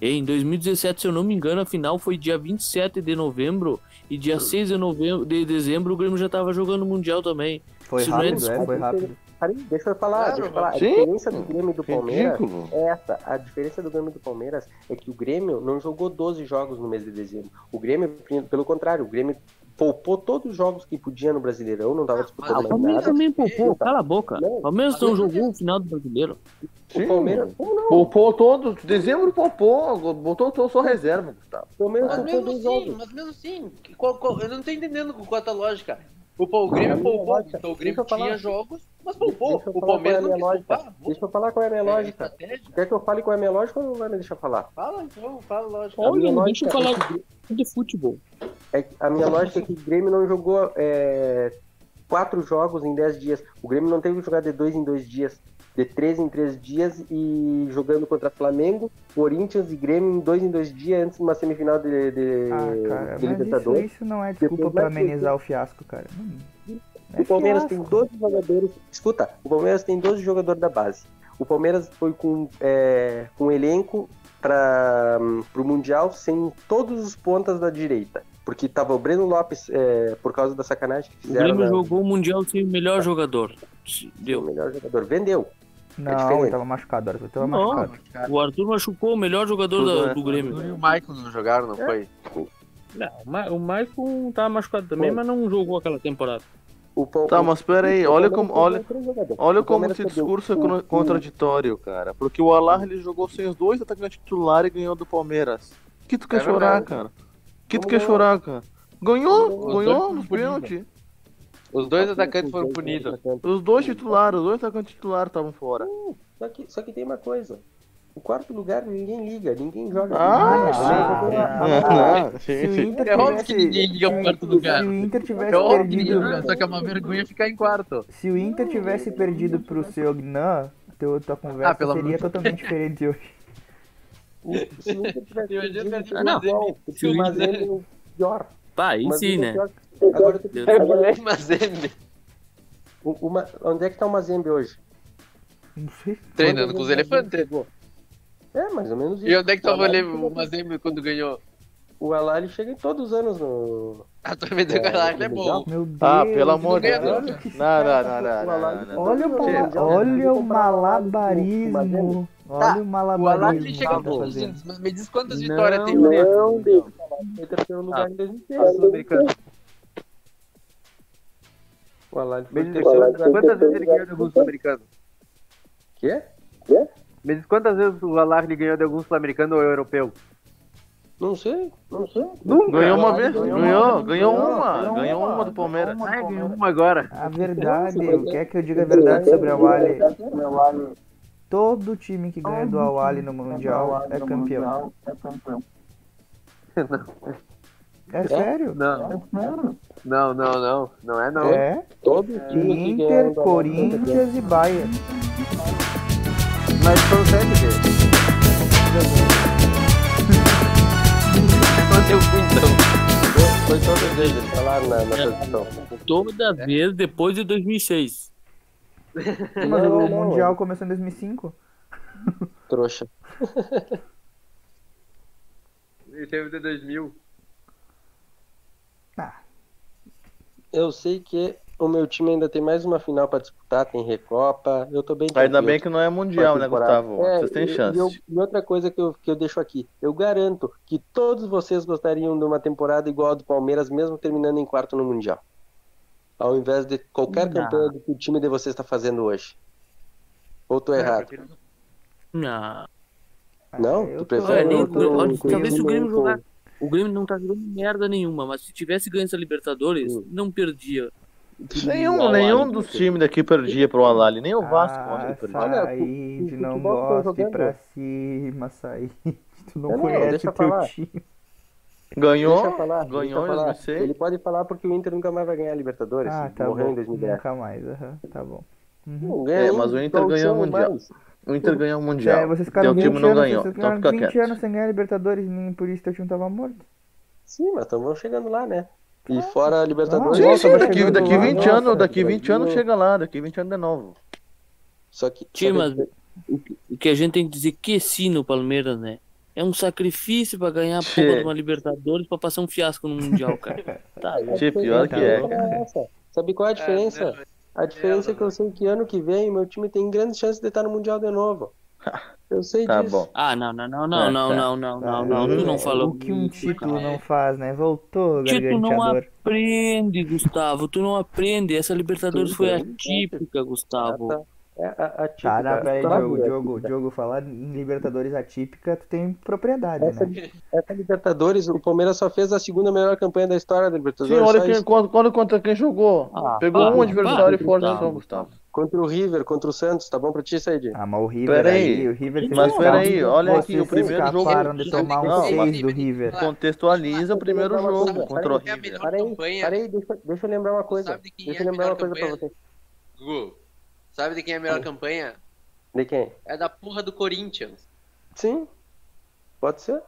ei, é, Em 2017, se eu não me engano, a final foi dia 27 de novembro e dia 6 de, novembro, de dezembro o Grêmio já tava jogando o Mundial também.
Foi
Isso não
rápido, é,
desculpa.
foi rápido.
Cara, deixa eu falar,
Claro,
deixa eu falar. A
sim.
diferença do Grêmio e do Palmeiras
Ridículo.
é essa. A diferença do Grêmio e do Palmeiras é que o Grêmio não jogou 12 jogos no mês de dezembro. O Grêmio, pelo contrário, o Grêmio poupou todos os jogos que podia no Brasileirão, não tava
Ah,
disputando
o
mais nada.
Palmeiras também poupou,
Então,
cala a boca. O Palmeiras não jogou o um final do brasileiro.
Sim.
Palmeiras-
Poupou todo. Dezembro poupou, botou, todo só reserva, Gustavo.
Palmeiras
Mas mesmo assim, mas mesmo assim, que- qual- qual- eu não tô entendendo qual é a tua lógica. O, Pau- o Grêmio poupou, então o Grêmio
Deixa eu
tinha
falar.
jogos, mas poupou.
Deixa eu
O
falar
Palmeiras
qual é
não
a minha
quis
lógica.
poupar.
Deixa eu falar qual é a minha lógica. Quer que eu fale qual é a minha lógica ou não vai me deixar falar?
Fala então, fala lógica.
A minha
Olha, deixa eu
lógica
falar
é que o Grêmio-
de futebol.
É que a minha lógica é que o Grêmio não jogou é, quatro jogos em dez dias. O Grêmio não teve que jogar de dois em dois dias, de três em três dias e jogando contra Flamengo, Corinthians e Grêmio em dois em dois dias antes de uma semifinal de, de,
Ah, cara,
É, de
mas isso,
Libertadores.
isso não é desculpa
Depois
pra
vai ter- né?
amenizar o fiasco, cara. Não- é
O Palmeiras
fiasco.
tem 12 jogadores. Escuta, o Palmeiras tem 12 jogadores da base. O Palmeiras foi com, é, com elenco para o Mundial sem todos os pontas da direita. Porque tava o Breno Lopes, é, por causa da sacanagem que
O
fizeram.
Grêmio
na-
jogou o Mundial sem o
Tá.
melhor jogador.
O melhor jogador. Vendeu. é
Não, ele tava machucado, ele tava
Não,
machucado.
o Arthur machucou o melhor jogador
Tudo,
da-
é.
né?
do
E o
Grêmio.
Michael não jogaram,
É.
não foi?
Não, o Ma- o Maicon tava machucado também,
Foi.
mas não jogou aquela temporada.
O Pal-
Tá,
o-
mas pera aí,
o
olha
Palmeiras
como-
perdeu
olha-
três jogadores.
Olha
O
como
Palmeiras
esse
perdeu
discurso é
um,
cro-
um,
contraditório, cara. Porque o Alar ele jogou sem os dois atacantes titulares e ganhou do Palmeiras. Que tu quer
É
chorar,
verdade.
cara? Que tu
Não
quer
ganhou.
chorar, cara?
Os
Ganhou,
dois
ganhou
foram
nos
punidos.
pênaltis.
Os dois atacantes foram punidos.
Os dois titulares, os dois atacantes titulares estavam fora.
Só que, só que tem uma coisa. O quarto lugar ninguém liga, ninguém joga.
Ah,
Ninguém joga.
Ah,
Se o Inter
É óbvio que
tivesse-
ninguém liga pro quarto lugar.
se o Inter tivesse
É óbvio que ninguém
perdido.
joga, só que é uma vergonha ficar em quarto.
Se o Inter tivesse perdido pro seu Gnan, teu, tua conversa
Ah, pelo amor
seria
de
totalmente diferente de hoje.
Se o Inter tivesse
Eu já perdi
perdido,
pro
não.
Mazembe.
Porque o Mazembe é o pior.
Pá, aí
Mas
sim,
ele é
né?
pior. Agora, agora,
Mazembe.
o- o Ma- onde é que tá o Mazembe hoje?
Não sei.
Treinando com os elefantes.
É, mais ou menos isso.
E onde é que tava
O Alá-
o Mazembe quando ganhou?
O Alá, ele chega em todos os anos no...
A tormenta do Galáctico é bom.
Meu Deus.
Ah, pelo amor de
ganha
Deus.
nada.
Não, não, não,
O Alá,
não,
ele-
não, não.
Olha o,
Tira,
pala-
tira,
olha
tira,
o
tira, tira,
malabarismo. Olha o
Tá, O Aláctico
malabarismo que
chega
tá
bom.
fazendo.
Mas me diz quantas
Não,
vitórias tem o Neto.
Não, Deus. Foi terceiro lugar em 2013, Sul-Americano. O Alá, ele foi terceiro lugar.
Quantas vezes ele ganhou de algum sul-americano?
Quê?
Me diz quantas vezes o Alarme ganhou de algum sul-americano ou europeu?
Não sei, não sei.
Ganhou uma vez,
Ganhou
ganhou, ganhou uma,
ganhou
ganhou
uma,
uma do Palmeiras.
Ah, ganhou uma agora.
A verdade, quer que eu diga a verdade sobre a Wally? Todo time que ganha do Awali no Mundial é campeão. É sério?
Não. Não, não, não. Não é não.
É.
Todo time que ganha
Inter,
do Alá-
Corinthians e Bayern.
Mas são sete vezes. Quanto eu fui então?
Foi todas as vezes, tá lá na, na posição.
Toda vez depois de 2006.
Mas
Não,
o
não.
Mundial começou em 2005.
Trouxa.
Ele teve de 2000.
Eu sei que o meu time ainda tem mais uma final pra disputar, tem Recopa, eu tô bem
Ainda
tranquilo.
bem que não é mundial, né,
temporada.
Gustavo?
É,
Vocês têm
e- E, eu-
chance.
e outra coisa que eu, que eu deixo aqui, eu garanto que todos vocês gostariam de uma temporada igual a do Palmeiras, mesmo terminando em quarto no Mundial. Ao invés de qualquer campanha do que o time de vocês está fazendo hoje. Ou
É,
tô errado?
Não.
Não?
Ah,
um
Eu
Tu
tô-
prefere
Olha,
eu
nem-
o-
tô-
o-
olha,
o-
talvez se o Grêmio
o-
jogar. O Grêmio não tá jogando merda nenhuma, mas se tivesse ganho essa Libertadores, não perdia
Nenhum, nenhum dos times daqui perdia pro Alali, nem o Vasco ontem
Ah,
perdia.
Said, não goste pra cima, Said. Tu não
Não, não,
conhece
deixa
o
eu
teu
falar.
time.
Ganhou,
Deixa eu falar, deixa
ganhou
eu
em
falar.
2006.
Ele pode falar porque o Inter nunca mais vai ganhar a Libertadores.
Ah, tá
morreu em
bom.
2010.
Nunca mais, aham, tá bom.
Não ganha
É,
um
mas o Inter
gauchão
ganhou o Mundial.
mais.
O Inter ganhou o Mundial.
É, vocês
Teu
ficaram 20
time não
anos,
ganhou,
vocês
então
ficaram
fica
20
quieto.
anos sem ganhar Libertadores, nem por isso teu time tava morto.
Sim, mas estamos chegando lá, né? E fora a Libertadores,
Ah,
Sim,
nossa,
sim,
vai
daqui,
chegando
daqui
lá,
20
nossa,
anos, daqui 20
Brasil.
anos chega lá, daqui 20 anos de novo.
Só que.
Sim,
só
mas
que-
o que- o que a gente tem que dizer que sim no Palmeiras, né? É um sacrifício pra ganhar a porra
Tchê.
de uma Libertadores pra passar um fiasco no Mundial, cara. Tá,
Tchê, pior que é, cara.
é essa. Sabe qual é a diferença? A diferença é que eu sei que ano que vem meu time tem grandes chances de estar no Mundial de novo. Eu sei
Tá
disso.
bom.
Ah, não, não, não, não,
É,
não,
tá.
não, não, não, não, tu não falou.
O que um
isso,
título
cara.
não faz, né? Voltou,
Tu não é
garganteador.
aprende, Gustavo. Tu não aprende. Essa Libertadores
Tudo
foi
bem,
atípica, Gustavo.
Ah, tá. É a, a típica.
Tá, não, peraí,
Tá
Diogo,
dura.
Diogo, Diogo, falar em Libertadores atípica, tu tem
É,
propriedade,
é
Essa,
né?
essa Libertadores, o Palmeiras só fez a segunda melhor campanha da história da
Sim,
Libertadores.
olha
só
quem,
isso.
quando, quando contra quem jogou.
Ah,
Pegou
para,
um adversário
para,
forte
Gustavo.
só, Gustavo.
Contra o River, contra o Santos, tá bom pra ti, Said?
Ah, mas o River
Peraí.
aí, o River fez
Mas
um
peraí,
salto.
olha
Vocês
aqui, o primeiro jogo-
escaparam de tomar um
Não, mas-
6 do River.
Contextualiza o primeiro jogo contra o
É a
River.
melhor
Parei,
campanha.
Peraí, deixa, deixa eu lembrar uma coisa.
Sabe de quem
Deixa
é
eu
a
lembrar uma
melhor
coisa pra
campanha?
você. Hum.
Gugu, sabe de quem é a melhor campanha?
De quem?
É da porra do Corinthians.
Sim? Pode ser?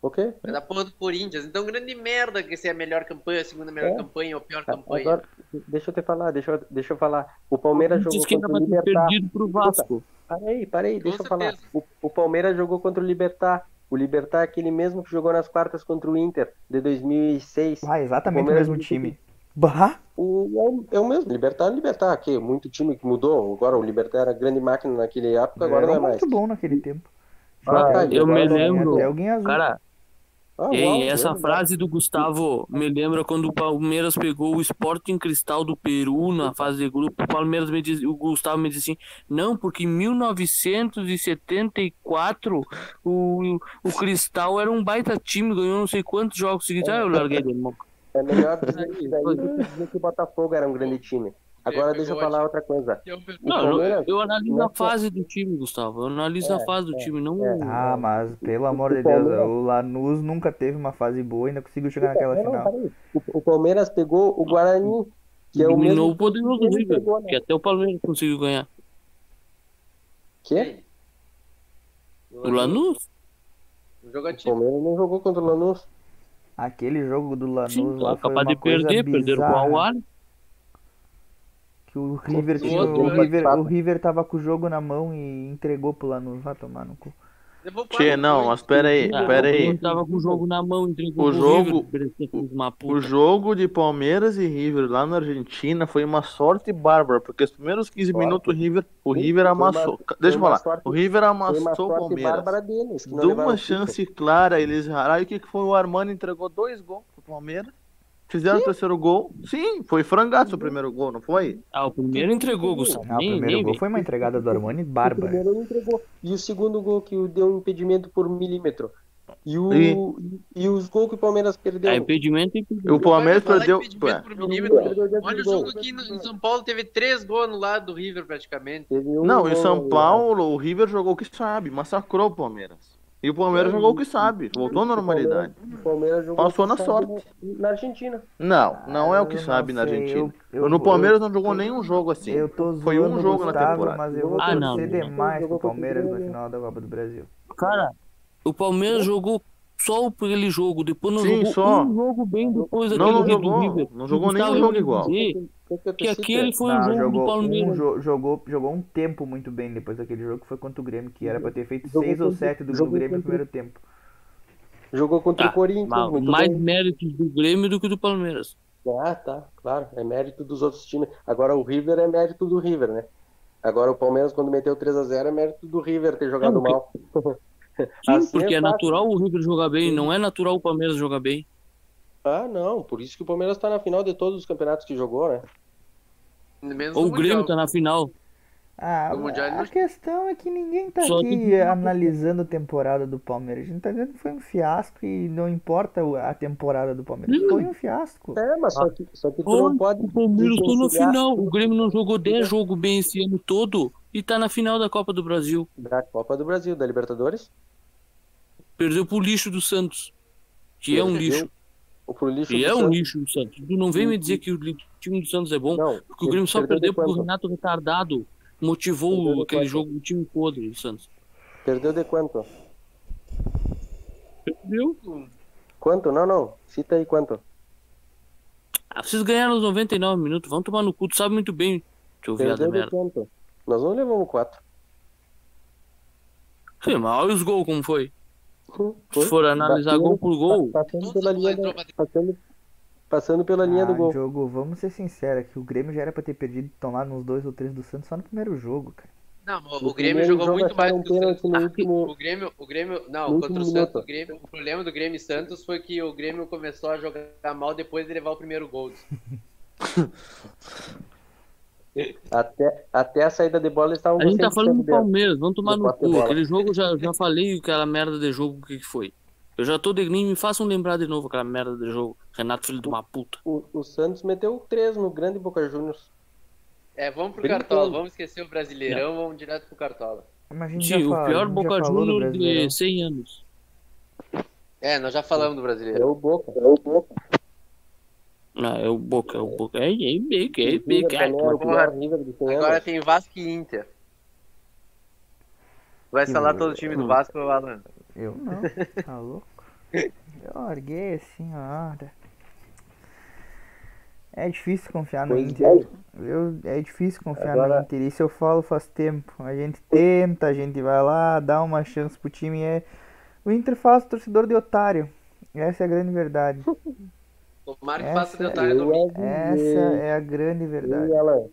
Ok?
É da porra do Corinthians. Então, grande merda que se é a melhor campanha, a segunda melhor
É.
campanha ou a pior
Tá,
campanha.
Agora, deixa eu te falar, deixa eu, deixa eu falar. O Palmeiras jogou
Diz que
contra
tava
o Libertar.
perdido pro Vasco.
Parei, parei,
Com
deixa eu falar.
certeza.
O, o Palmeiras jogou contra o Libertar. O Libertar é aquele mesmo que jogou nas quartas contra o Inter de 2006.
Ah, exatamente o
Palmeiras
mesmo
não
time. Bah,
O, é o- é o mesmo, Libertar é o Libertar, que muito time que mudou. Agora o Libertar era grande máquina naquele época, agora não é
era
mais.
muito bom naquele tempo.
Ah,
Até
tá,
alguém-
Eu me
até alguém-
lembro.
Até alguém azul.
Cara,
Ah,
Ei,
uau,
essa
grande.
frase do Gustavo me lembra quando o Palmeiras pegou o Sporting Cristal do Peru na fase de grupo. O Palmeiras me diz, o Gustavo me disse assim: "Não, porque em 1974 o, o Cristal era um baita time, ganhou não sei quantos jogos seguidos. Ah, eu larguei de mão.
É melhor dizer isso aí do que dizer que o Botafogo era um grande time. Agora
Eu
deixa eu
gosto.
falar outra coisa. O
Não, eu,
Palmeiras- É,
eu analiso a
Nossa.
fase do time, Gustavo. Eu analiso a fase do time, não
Ah, mas pelo amor de
O
Deus,
Palmeiras-
o Lanús nunca teve uma fase boa e ainda conseguiu chegar naquela
Não, não,
final.
peraí. O, o Palmeiras pegou o Guarani, que é o
eliminou o
mesmo
poderoso
Ele
River,
pegou, né?
que até o Palmeiras conseguiu ganhar.
que
O Lanús?
um
o
Jogativo.
Palmeiras não jogou contra o Lanús.
Aquele jogo do
Sim,
Lanús lá foi
capaz
uma
de
coisa
perder, perderam com o
bizarra,
Awar.
que o River
outro
tinha- o
ano.
River, o River tava com o jogo na mão e entregou pro Lanús, vai tomar no cu.
Levou quatro
Tchê, não,
gols.
mas peraí,
Ah,
peraí.
Ele tava com o jogo na mão, entregou
O
pro
jogo-
River, parecia que fez uma puta.
O jogo de Palmeiras e River lá na Argentina foi uma sorte bárbara, porque os primeiros 15 minutos o River, o River
Foi uma-
amassou.
foi
Deixa eu
uma
falar.
sorte-
O River
Foi uma
amassou o
sorte
Palmeiras.
bárbara deles. que não
Deu
levaram
uma
o título.
chance clara, eles erraram. E o que, que foi? O Armando entregou dois gols pro Palmeiras. Fizeram o terceiro gol. Sim, foi frangaço o primeiro gol, não foi?
Ah, o primeiro entregou, Gustavo.
Ah, o
nem,
primeiro
nem
gol
vi.
foi uma entregada do Armani
O
bárbara.
primeiro não entregou. E o segundo gol que o- deu um impedimento por milímetro. E, o, e... os gols que o Palmeiras perdeu.
Ah, impedimento e impedimento.
O Palmeiras
Vai falar
perdeu.
impedimento por
Perdeu
milímetro.
dentro
Olha
do
o jogo
gol.
aqui no- em São Paulo, teve três gols anulados do River praticamente.
Teve um
Não, e o
gol-
São Paulo, o River jogou o que sabe, massacrou o Palmeiras. E o Palmeiras jogou o que sabe, voltou à normalidade.
O Palmeiras, o Palmeiras jogou
Passou na
sabe,
sorte.
na- Na Argentina.
Não, não é o
Ah, Eu
que
não
sabe na
sei,
Argentina.
eu- eu-
no Palmeiras não jogou nenhum jogo assim.
Eu tô
Foi um
zoando o
jogo na
Gustavo,
temporada.
mas eu vou
Ah, não,
torcer
não.
demais pro
Jogou contra o
Palmeiras na
Grêmio.
final da Copa do Brasil.
Cara, o Palmeiras jogou só aquele jogo, depois não
Sim,
jogou
só.
um jogo bem depois
Não,
daquele
não
jogo do
jogou.
River.
Não jogou
Gustavo,
nenhum jogo
eu vou
igual.
dizer Que aquele foi
Não,
o jogo do
jogou, um
Palmeiras.
jo- jogou, jogou um tempo muito bem depois daquele jogo, que foi contra o Grêmio, que era pra ter feito
Jogou
6 ou
contra-
7 do, do
jogou
Grêmio no
contra-
primeiro tempo.
Jogou contra
Tá,
o Corinthians.
mas
muito
mais
um-
bem.
méritos do Grêmio do que do Palmeiras.
Ah, tá, claro. É mérito dos outros times. Agora o River é mérito do River, né? Agora o Palmeiras, quando meteu 3x0, é mérito do River ter jogado
Não, porque-
mal.
Tá
Sim,
Assim
porque é,
é fácil.
natural o River jogar bem, não é natural o Palmeiras jogar bem.
Ah, não. Por isso que o Palmeiras tá na final de todos os campeonatos que jogou, né?
Menos
Ou
no
o Grêmio
Mundial.
tá na final.
Ah,
O Mundial ele
a
não-
questão é que ninguém tá
Só que-
aqui analisando a temporada do Palmeiras. A gente tá vendo que foi um fiasco e não importa o- a temporada do Palmeiras. Foi um fiasco.
É, mas só que, só que tu
Olha,
não pode.
Ah. O Palmeiras tá na
desconsiderar
final. O Grêmio não jogou 10 jogos bem esse ano todo e tá na final da Copa do Brasil.
Da Copa do Brasil, da Libertadores.
Perdeu pro lixo do Santos. Que é um lixo.
Ou pro lixo
Que
do
é um
Santos.
lixo do Santos. Tu não vem me dizer que o li- time do Santos é bom,
Não,
porque o Grêmio só
perdeu de
perdeu porque o
quanto?
Renato retardado motivou
Perdeu de
aquele
quanto?
jogo, o time podre do Santos.
Perdeu de quanto?
Perdeu?
Quanto? Não, não. Cita aí quanto.
Ah, vocês ganharam os 99 minutos, vão tomar no cu, tu sabe muito bem. Teu viado é
Perdeu de
merda.
quanto? Nós não levamos quatro.
Sim, mas olha os gols como foi.
Foi?
Se for analisar
Bateu,
gol por gol,
pa- Passando pela linha, da- passando, passando pela linha
Ah,
do gol.
jogo, vamos ser sinceros, que o Grêmio já era pra ter perdido, tomado uns dois ou três do Santos só no primeiro jogo, cara.
Não, o,
No
Grêmio
primeiro
jogou
jogo
muito mais
acharam
que o Santos.
pênalti no último-
O Grêmio, o Grêmio, não,
no
contra o
último
Santos, o,
minuto.
Grêmio, o problema do Grêmio e Santos foi que o Grêmio começou a jogar mal depois de levar o primeiro gol.
Até, até a saída de bola um eles estavam
a gente
com
tá falando do
100% dela.
Palmeiras, vamos tomar
Do
no
posse de
cu.
bola.
Aquele jogo, já, já falei aquela merda de jogo, o que, que foi. Eu já tô de nem me façam lembrar de novo aquela merda de jogo. Renato, filho de uma puta.
O, o Santos meteu três no grande Boca Juniors.
É, vamos pro
Brincando.
Cartola, vamos esquecer o Brasileirão, vamos direto pro Cartola.
Mas a gente já
Tio, o
fala- a
pior
gente já
Boca
falou do
Júnior
Brasileirão.
de 100 anos.
É, nós já falamos do
É
Brasileirão.
o Boca. É o Boca.
Não, é o Boca, é o Boca. É, é, é, é, é,
River
é, é,
também é o
porra.
pior River de 100 anos.
Agora tem Vasco e Inter. Vai salar todo o time do Vasco, Alan.
Eu não, tá louco? Eu larguei assim, ó. olha. É difícil confiar no
Pois
Inter.
é.
Eu, é difícil confiar no
Agora-
Inter. Isso eu falo faz tempo. A gente tenta, a gente vai lá, dá uma chance pro time. É... O Inter faz o torcedor de otário. Essa é a grande verdade.
Tomara que
Essa é
faça o detalhe
Eu
do
Essa
avisei.
é a grande verdade.
E Alan,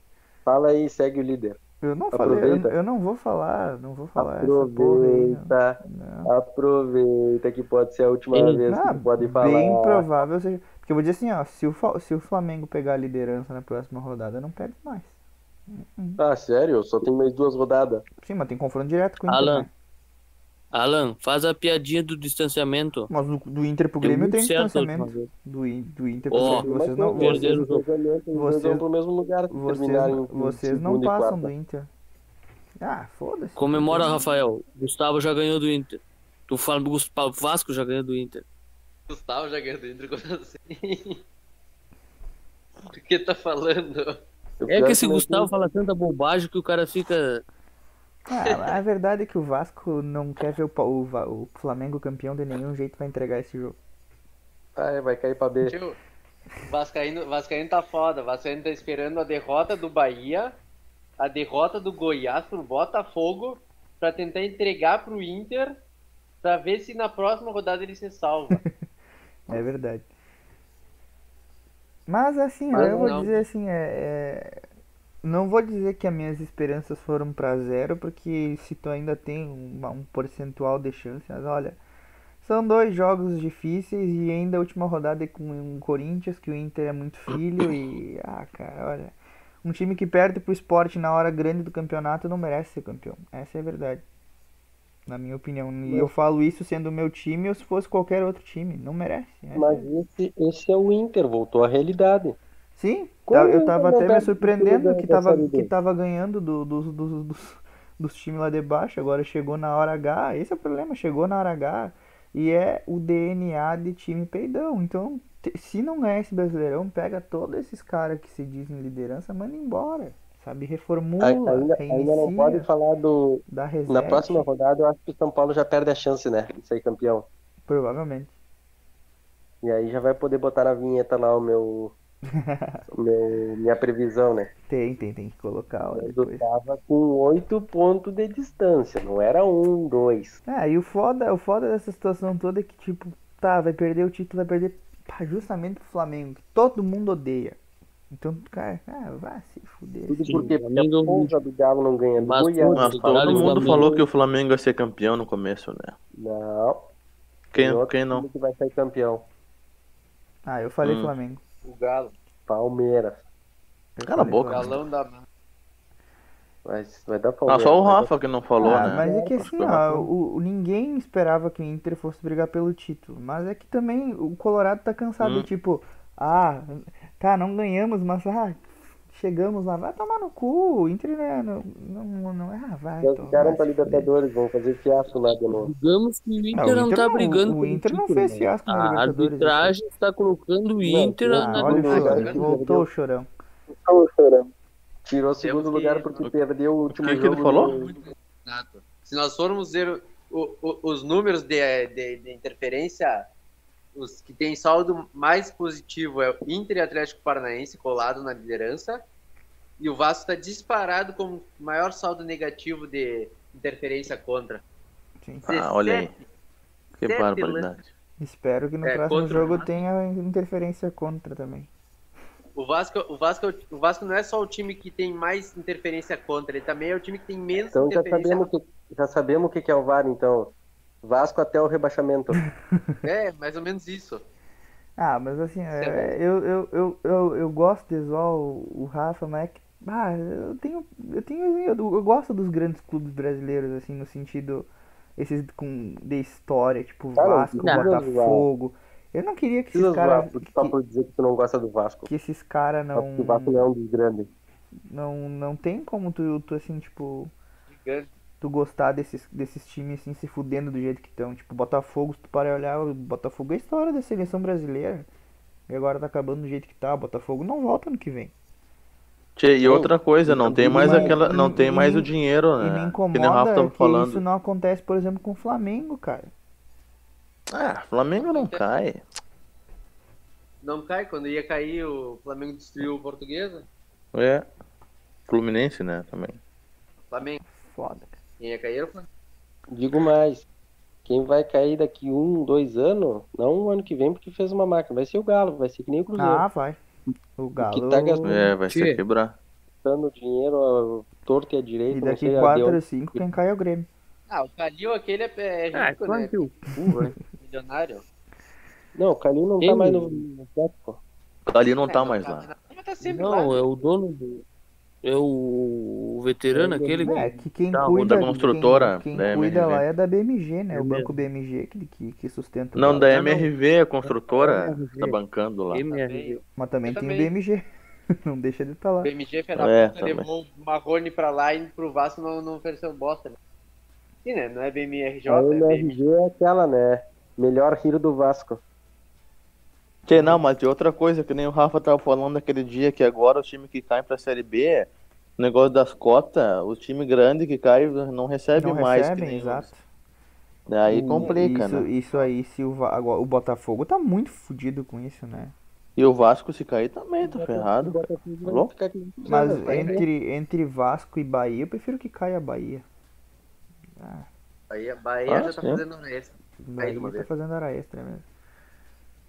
fala aí, segue o líder.
Eu não falei, eu,
Aproveita.
eu não vou falar, não vou falar essa porra aí. não.
Aproveita, aproveita que pode ser a última vez que
Ah,
tu pode falar.
Bem provável seja. Porque eu vou dizer assim, ó, se o, Fa- se o Flamengo pegar a liderança na próxima rodada, não perde mais.
Ah, sério? Só tem mais duas rodadas.
Sim, mas tem confronto direto com o Inter.
Alan.
né?
Alan, faz a piadinha do distanciamento.
Mas do, do Inter pro
Deu
Grêmio
muito
tem
certo a última
distanciamento. Do, In- do Inter pro
Ó,
Grêmio. Vocês
Mas
não,
tem-
vocês,
perderam o jogo.
Os dois
Vocês-
vão pro mesmo lugar se terminarem em
vocês, vocês não
segundo e
passam
quarto.
do Inter. Ah, foda-se.
Comemora, Rafael. Gustavo já ganhou do Inter. Tu fala, Gustavo Vasco já ganhou do Inter.
Gustavo já ganhou do Inter como assim. Do que tá falando?
O
É
pior
que esse
não
Gustavo
tem-
fala tanta bobagem que o cara fica.
Ah, a verdade é que o Vasco não quer ver o, Pa- o, Va- o Flamengo campeão de nenhum jeito vai entregar esse jogo.
Ah, é, vai cair pra B.
Tio, Vascaíno, Vascaíno tá foda. Vascaíno tá esperando a derrota do Bahia, a derrota do Goiás pro Botafogo, pra tentar entregar pro Inter, pra ver se na próxima rodada ele se salva.
É verdade. Mas assim,
Mas
eu vou
não.
dizer assim, é, é, não vou dizer que as minhas esperanças foram pra zero, porque se tu ainda tem uma- um percentual de chance, mas olha, são dois jogos difíceis e ainda a última rodada é com o Corinthians, que o Inter é muito filho e ah, cara, olha, um time que perde pro esporte na hora grande do campeonato não merece ser campeão. Essa é a verdade. Na minha opinião, e eu falo isso sendo o meu time ou se fosse qualquer outro time, não merece. Essa é a
Mas esse, esse é o Inter, voltou à realidade.
Sim, tá-
Como
eu tava
não
até
tá
me surpreendendo
ganhando
que tava,
essa
que
liga?
tava ganhando do- dos, dos, dos, dos times lá de baixo, agora chegou na hora H, esse é o problema, chegou na hora H e é o DNA de time peidão. Então, te- se não ganhar esse Brasileirão, pega todos esses caras que se dizem liderança, manda embora, sabe? Reformula,
Ai- Ainda, ainda não
reinicia,
pode falar do.
dá
Na
reset,
próxima rodada, eu acho que o São Paulo já perde a chance, né? De sair campeão.
provavelmente.
E aí já vai poder botar na vinheta lá o meu. o meu minha previsão, né?
Tem, tem, tem que colocar ó,
Eu
depois.
tava com oito pontos de distância, não era um, dois.
É, e o foda, o foda dessa situação toda é que, tipo, tá, vai perder o título, vai perder pá, justamente pro Flamengo, que todo mundo odeia. Então, cara, ah, vai se fuder.
Tudo
Sim,
porque
Flamengo-
a porra do Galo não ganha do
Mas
Goiás.
todos-
Ah,
Mas
todo
Flamengo-
mundo falou que o Flamengo ia ser campeão no começo, né?
Não,
Quem,
tem outro
quem
time
não?
que vai sair campeão.
Ah, eu falei
Hum.
Flamengo.
O Galo.
Palmeiras.
Eu
Cala a
falei
boca.
Flamengo.
Galão da mão.
Vai, vai dar
Ah,
Palmeiras.
só o
vai dar-
Rafa que não falou,
Ah,
né?
Mas é que assim,
Acho o Rafa
ó, o, o- ninguém esperava que o Inter fosse brigar pelo título. Mas é que também o Colorado tá cansado,
Hum.
tipo, ah, tá, não ganhamos, mas ah, chegamos lá, vai tomar no cu, o Inter né, não, não, não é, ah, vai.
Já
tomar,
ficaram pra
se fuder.
Libertadores, vão fazer fiasco lá de novo.
Digamos que o
Ah,
Inter
o
não,
Inter
tá
não-
brigando
O
pelo
Inter não
título,
fez
né?
fiasco na
A
Libertadores. esse ano.
arbitragem está colocando o Inter
não,
na-
Ah, olha o
Não,
Florentino,
cara,
voltou o chorão.
Tirou o segundo
Deus
lugar
que-
porque perdeu o último
que que
jogo.
ele falou?
do-
Exato. Se nós formos ver o- o- o- os números de, de- de interferência, os que têm saldo mais positivo é o Inter e Atlético Paranaense colado na liderança. E o Vasco está disparado como maior saldo negativo de interferência contra.
Sim.
Ah, olha aí. Que
Sete
barbaridade.
Espero que no
É,
próximo
contra o
jogo
Vasco.
tenha interferência contra também.
O Vasco, o, Vasco, é o- o Vasco não é só o time que tem mais interferência contra, ele também é o time que tem menos
Então já
interferência
sabemos, que, já sabemos o que que é o VAR, então. Vasco até o rebaixamento.
É, mais ou menos isso.
Ah, mas assim, é,
Certo.
eu, eu, eu, eu, eu gosto de zoar o, o Rafa, mas é que, bah, eu tenho, eu tenho, eu, eu gosto dos grandes clubes brasileiros, assim, no sentido, esses com, de história, tipo
Cara,
Vasco,
não.
Botafogo. Eu não queria que
Precisa
esses
zoar
caras,
só por dizer que tu não gosta do Vasco.
que esses caras
Só
não,
porque o Vasco não é um dos grandes.
não, não tem como tu, tu, assim, tipo,
Gigante.
tu gostar desses, desses times, assim, se fudendo do jeito que estão. Tipo, Botafogo, se tu parar e olhar, o Botafogo é a história da seleção brasileira. E agora tá acabando do jeito que tá, o Botafogo não volta ano que vem.
Tchê, e outra coisa, não tem mais
mas-
aquela. Não
e-
tem
e
mais
me-
o dinheiro,
E me
né? Que nem o Rafa
incomoda é
tava
que
falando.
isso não acontece, por exemplo, com o Flamengo, cara.
Ah, Flamengo não cai.
Não cai, quando ia cair, o Flamengo destruiu o Portuguesa.
É. Fluminense, né? Também.
Flamengo.
Foda. cara.
Quem ia cair era o Flamengo.
Digo mais. Quem vai cair daqui um, dois anos, não um ano que vem, porque fez uma máquina. Vai ser o Galo, vai ser que nem o Cruzeiro.
Ah, vai. O Galo.
tá gastando?
É, vai
Tchê.
se quebrar.
Gastando dinheiro a torta e a direita.
E
não
daqui
sei a
4
Deus.
ou 5, quem cai é o Grêmio.
Ah, o Calil aquele é-
Ah,
é rico, né? Milionário.
Não, o Calil não tá
Ele-
mais no- no Atlético.
Ali não tá
É,
mais lá.
Mas tá sempre
Não,
lá.
é o dono do. É o, o veterano aquele.
É, que quem
Tá, o
cuida,
da construtora,
quem, quem
da
cuida
MRV.
lá é da BMG, né? O
É
banco BMG que, que, que sustenta o
Não,
Galo.
da MRV, a construtora,
MRV.
tá bancando lá.
MRV.
Mas também tem o
Também.
BMG. Não deixa de estar lá.
O BMG fez
É,
a puta,
também.
levou o Marrone pra lá e pro Vasco não, não ofereceu bosta, né? Sim, né? Não é BMRJ,
A
é BMG.
MRG é aquela, né? Melhor rio do Vasco.
Que não, mas tem outra coisa, que nem o Rafa tava falando aquele dia, que agora o time que cai pra Série B, o negócio das cotas, o time grande que cai não recebe
Não
mais. que
recebem,
nem os-
exato.
Daí
O-
complica,
isso,
né?
isso aí, se o, Va- agora, o Botafogo tá muito fudido com isso, né?
E o Vasco se cair também, tá ferrado. cara.
Vai
Alô?
ficar aqui. né?
Mas
Vai ver.
entre, entre Vasco e Bahia, eu prefiro que caia a Bahia.
é
Bahia, Bahia
Ah,
já tá
sim.
fazendo hora extra.
Bahia
uma
tá
vez.
fazendo hora extra mesmo.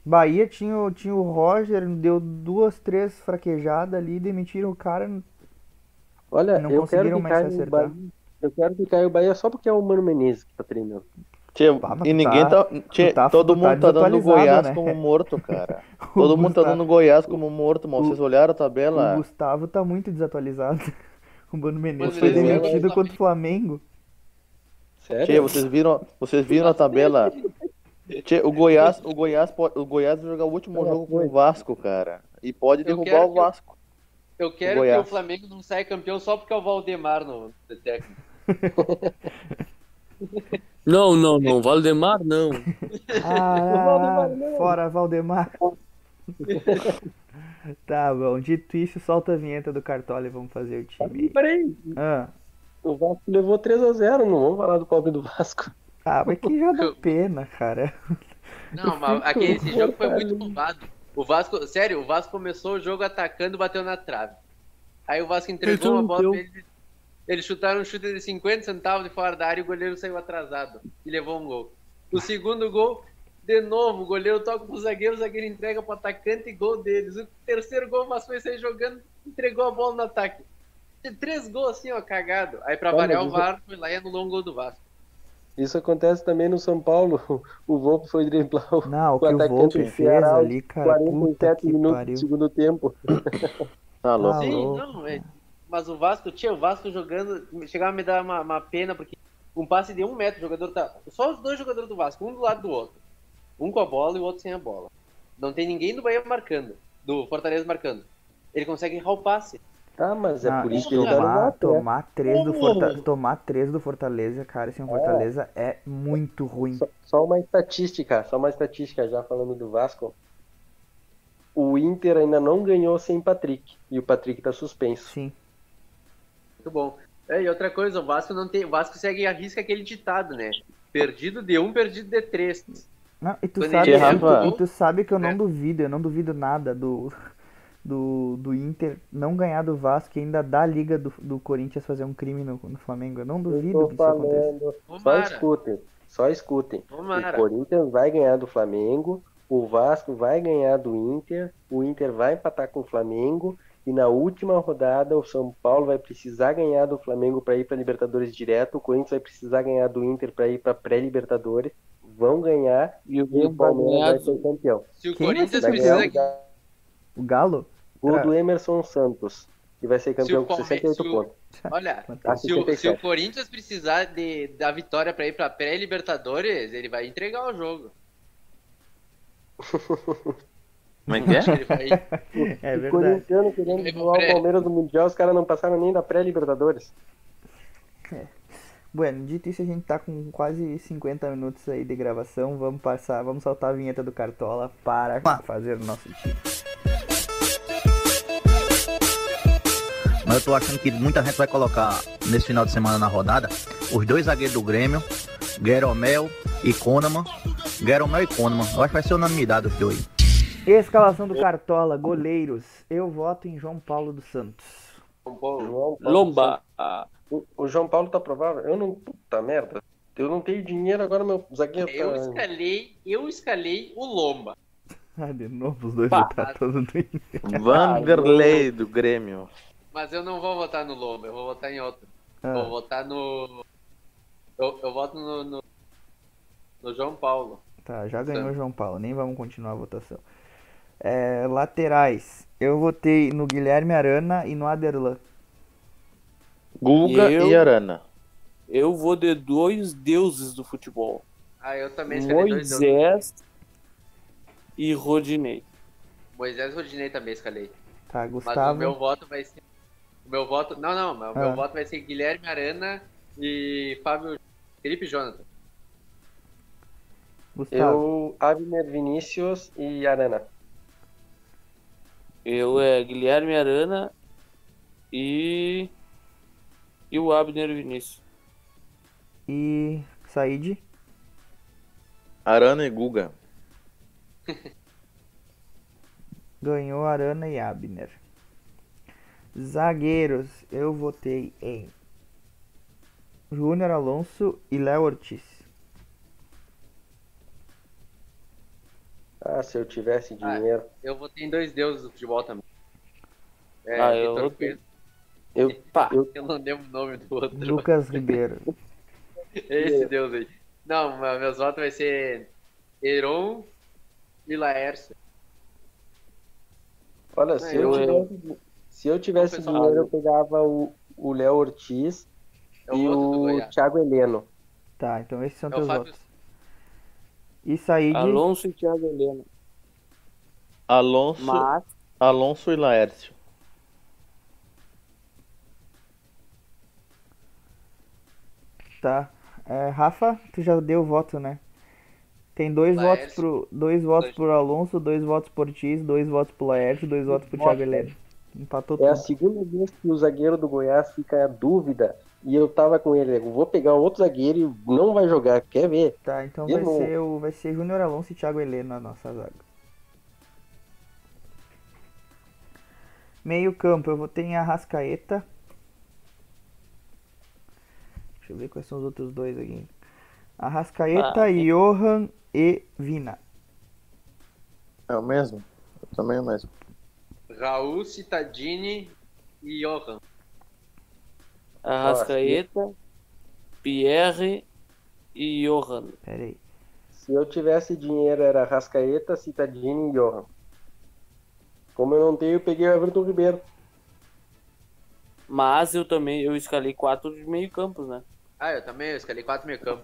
Bahia tinha, o- tinha o Roger, deu duas, três fraquejadas ali, demitiram o cara.
Olha,
Não
eu quero
conseguiram
que
mais
caia
se
o
acertar.
Bahia. Eu quero que caia o Bahia só porque é o Mano Menezes que tá treinando.
Tchê,
Pá, mas
e
tu
ninguém
tá-
tá. tchê,
tu tá-
todo
tu tá
mundo tá dando o
desatualizado,
Goiás
né?
como morto, cara.
O
Todo mundo tá
Gustavo-
dando o Goiás como morto, mano. Vocês olharam a tabela?
O Gustavo tá muito desatualizado. O Mano Menezes
Mano
foi
Menezes
demitido
ganhou o
contra o Flamengo.
Tchê,
Sério?
vocês viram, vocês viram a tabela? Tchê, o Goiás, o Goiás, pode, o Goiás vai jogar o último jogo com o Vasco, cara. E pode
Eu
derrubar
quero
o
que eu-
Vasco.
Eu quero que
Goiás.
o Flamengo não saia campeão só porque é o Valdemar no no técnico.
Não, não, não. Valdemar, não.
Ah, fora Valdemar. tá bom, dito isso, solta a vinheta do Cartola e vamos fazer o time.
Peraí,
Ah,
o Vasco levou 3x0, não vamos falar do pobre do Vasco.
ah mas que joga pena, cara.
Não, mas aquele, esse jogo foi muito bombado. O Vasco, sério, o Vasco começou o jogo atacando, bateu na trave. Aí o Vasco entregou uma bola pra eles. Eles chutaram um chute de 50 centavos de fora da área e o goleiro saiu atrasado e levou um gol. O segundo gol, de novo, o goleiro toca pro zagueiro, o zagueiro entrega pro atacante e gol deles. O terceiro gol, o Vasco foi sair jogando, entregou a bola no ataque. Tem Três gols assim, ó, cagado. Aí pra
Olha,
variar o
isso-
VAR foi lá e anulou um gol do Vasco.
Isso acontece também no São Paulo. O Volpe foi driblar o,
Não, o que o
atacante
Volpe
do
fez
Ceará aos
ali, cara, puta
47
que
minutos
pariu.
do segundo tempo.
Tá louco.
Ah,
Sim,
louco.
não, é. mas o Vasco, tinha o Vasco jogando, chegava a me dar uma, uma pena, porque um passe de um metro, o jogador tá. Só os dois jogadores do Vasco, um do lado do outro. Um com a bola e o outro sem a bola. Não tem ninguém do Bahia marcando, do Fortaleza marcando. Ele consegue errar o passe.
Tá, mas é
Não,
por
e
isso que ele tá no
tomar,
mato, é.
tomar, três do
Ô,
Forta,
meu.
tomar três do Fortaleza, cara, esse é um
É.
Fortaleza é muito ruim.
Só, só uma estatística, só uma estatística já falando do Vasco. O Inter ainda não ganhou sem Patrick. E o Patrick tá suspenso.
Sim.
Muito bom. É, e outra coisa, o Vasco não tem. O Vasco segue e arrisca aquele ditado, né? Perdido de um, perdido de três.
Não, e tu
Quando
sabe,
ele erra,
e tu sabe que eu
É.
não duvido, eu não duvido nada do, do, do Inter não ganhar do Vasco e ainda dar a liga do, do Corinthians fazer um crime no, no Flamengo. Eu não duvido
Tô
que isso aconteça.
falando. Só
Tomara,
escutem, só escutem.
tomara.
O Corinthians vai ganhar do Flamengo, o Vasco vai ganhar do Inter, o Inter vai empatar com o Flamengo e na última rodada o São Paulo vai precisar ganhar do Flamengo para ir para Libertadores direto, o Corinthians vai precisar ganhar do Inter para ir para pré-Libertadores, vão ganhar
E o
e o
Grêmio vai
Palmeiras vai
ganhar
ser campeão.
Se o
Quem vai ser
Corinthians
Vai ganhar
precisa.
o ga-
O Galo?
gol do Emerson Santos, que vai ser campeão com
Palmeiras-
68
se o-
pontos.
Olha,
Ah,
se o, se o
67.
Corinthians precisar de, da vitória pra ir pra pré-Libertadores, ele vai entregar o jogo.
Como é que é?
Ele vai,
É
O
verdade.
corintiano um querendo
Leva o
zoar o
pré.
Palmeiras no Mundial, os caras não passaram nem da pré-Libertadores.
Bueno, dito isso, a gente tá com quase 50 minutos aí de gravação. Vamos passar, vamos soltar a vinheta do Cartola para fazer o nosso time.
Mas eu tô achando que muita gente vai colocar nesse final de semana na rodada os dois zagueiros do Grêmio, Gueromel e Conaman. Gueromel e Conaman. Eu acho que vai ser unanimidade os dois.
Escalação do Cartola, goleiros. Eu voto em João Paulo dos Santos.
João Paulo
Lomba.
O, o João Paulo tá provável? Eu não. Puta merda. Eu não tenho dinheiro agora, meu zagueiro
eu
tá.
escalei, eu escalei o Lomba.
Ah, de novo os dois
Bah.
votaram todo do Inter.
Vanderlei do Grêmio.
Mas eu não vou votar no Lomba, eu vou votar em outro. Vou
Ah,
votar no. Eu, eu voto no, no. no João Paulo.
tá, já ganhou o João Paulo, nem vamos continuar a votação. É, laterais. Eu votei no Guilherme Arana e no Aderlan.
Guga
Eu-
e Arana.
Eu vou de dois deuses do futebol.
Ah, eu também escalei dois. eu-
Moisés e Rodinei.
Moisés Rodinei também escalei.
Tá,
Mas o
Gustavo.
meu voto vai ser. O meu voto. Não, não, mas o
Ah.
meu voto vai ser Guilherme Arana e Fábio. Felipe Jonathan.
Tá.
Gustavo.
Eu, Abner Vinícius e Arana.
Eu é Guilherme Arana e. E o Abner Vinícius.
E Said.
Arana e Guga.
Ganhou Arana e Abner. Zagueiros. Eu votei em Júnior Alonso e Léo Ortiz.
Ah, se eu tivesse dinheiro.
Eu votei em dois deuses do futebol também. É,
Ah, eu
Vitor
votei.
Cuesta.
Eu,
Pá.
eu,
Eu não lembro o nome do outro.
Lucas Ribeiro.
É.
Esse Deus aí. Não, mas meus votos vai ser Heron e Laércio.
olha, se
Eu-
eu tivesse, se eu tivesse
Vou pensar.
dinheiro, eu pegava o, o Léo Ortiz
É o
e
outro do
o
Goiás.
Thiago Heleno.
Tá, então esses são
É o
teus
Fábio-
votos. E Said.
Alonso e Thiago Helena.
Alonso,
Mas
Alonso e Laércio.
Tá. É, Rafa, tu já deu voto, né? Tem dois
Laércio.
votos pro. Dois votos
Dois.
pro Alonso, dois votos pro Ortiz, dois votos pro Laércio, dois votos pro Thiago Heleno. Empatou
É a
tudo.
segunda vez que o zagueiro do Goiás fica à dúvida. E eu tava com ele, eu vou pegar outro zagueiro e não vai jogar, quer ver?
Tá, então
De
vai
novo.
ser o. Vai ser Júnior Alonso e Thiago Heleno na nossa zaga. Meio campo, eu votei em Arrascaeta. Deixa eu ver quais são os outros dois aqui. Arrascaeta,
Ah, é.
Johan e Vina.
É o mesmo? Eu também é o mesmo.
Raul, Citadini e Johan.
Arrascaeta, Pierre e Johan.
Pera aí.
Se eu tivesse dinheiro, era Rascaeta, Citadini e Johan. Como eu não tenho, eu peguei o Everton Ribeiro.
Mas eu também eu escalei quatro de meio campos, né?
Ah, eu também, eu escalei quatro meio campo.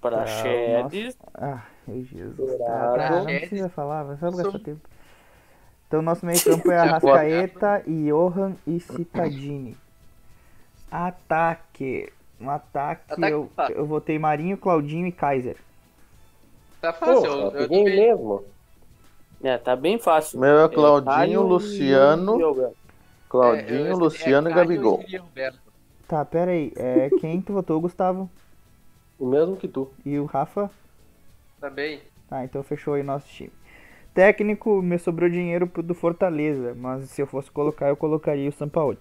Praxedes.
Ah, meu Jesus. Tá, tá, não precisa falar, mas só pra gastar tempo. Então, nosso meio-campo é Arrascaeta, Johan e Citadini. Ataque. No ataque,
Ataque
eu,
fácil.
eu votei Marinho, Claudinho e Kaiser.
Tá fácil, eu, eu também-
mesmo.
É, tá bem fácil.
Meu é
Caio
Claudinho,
e-
Luciano.
e
é.
Alberto.
Claudinho,
é, eu-
Luciano
é
e
Caio
Gabigol.
e Roberto.
Tá, pera aí. É, quem tu votou, Gustavo?
O mesmo que tu.
E o Rafa?
Também.
Tá, então fechou aí nosso time. Técnico, me sobrou dinheiro pro do Fortaleza, mas se eu fosse colocar, eu colocaria o Sampaoli.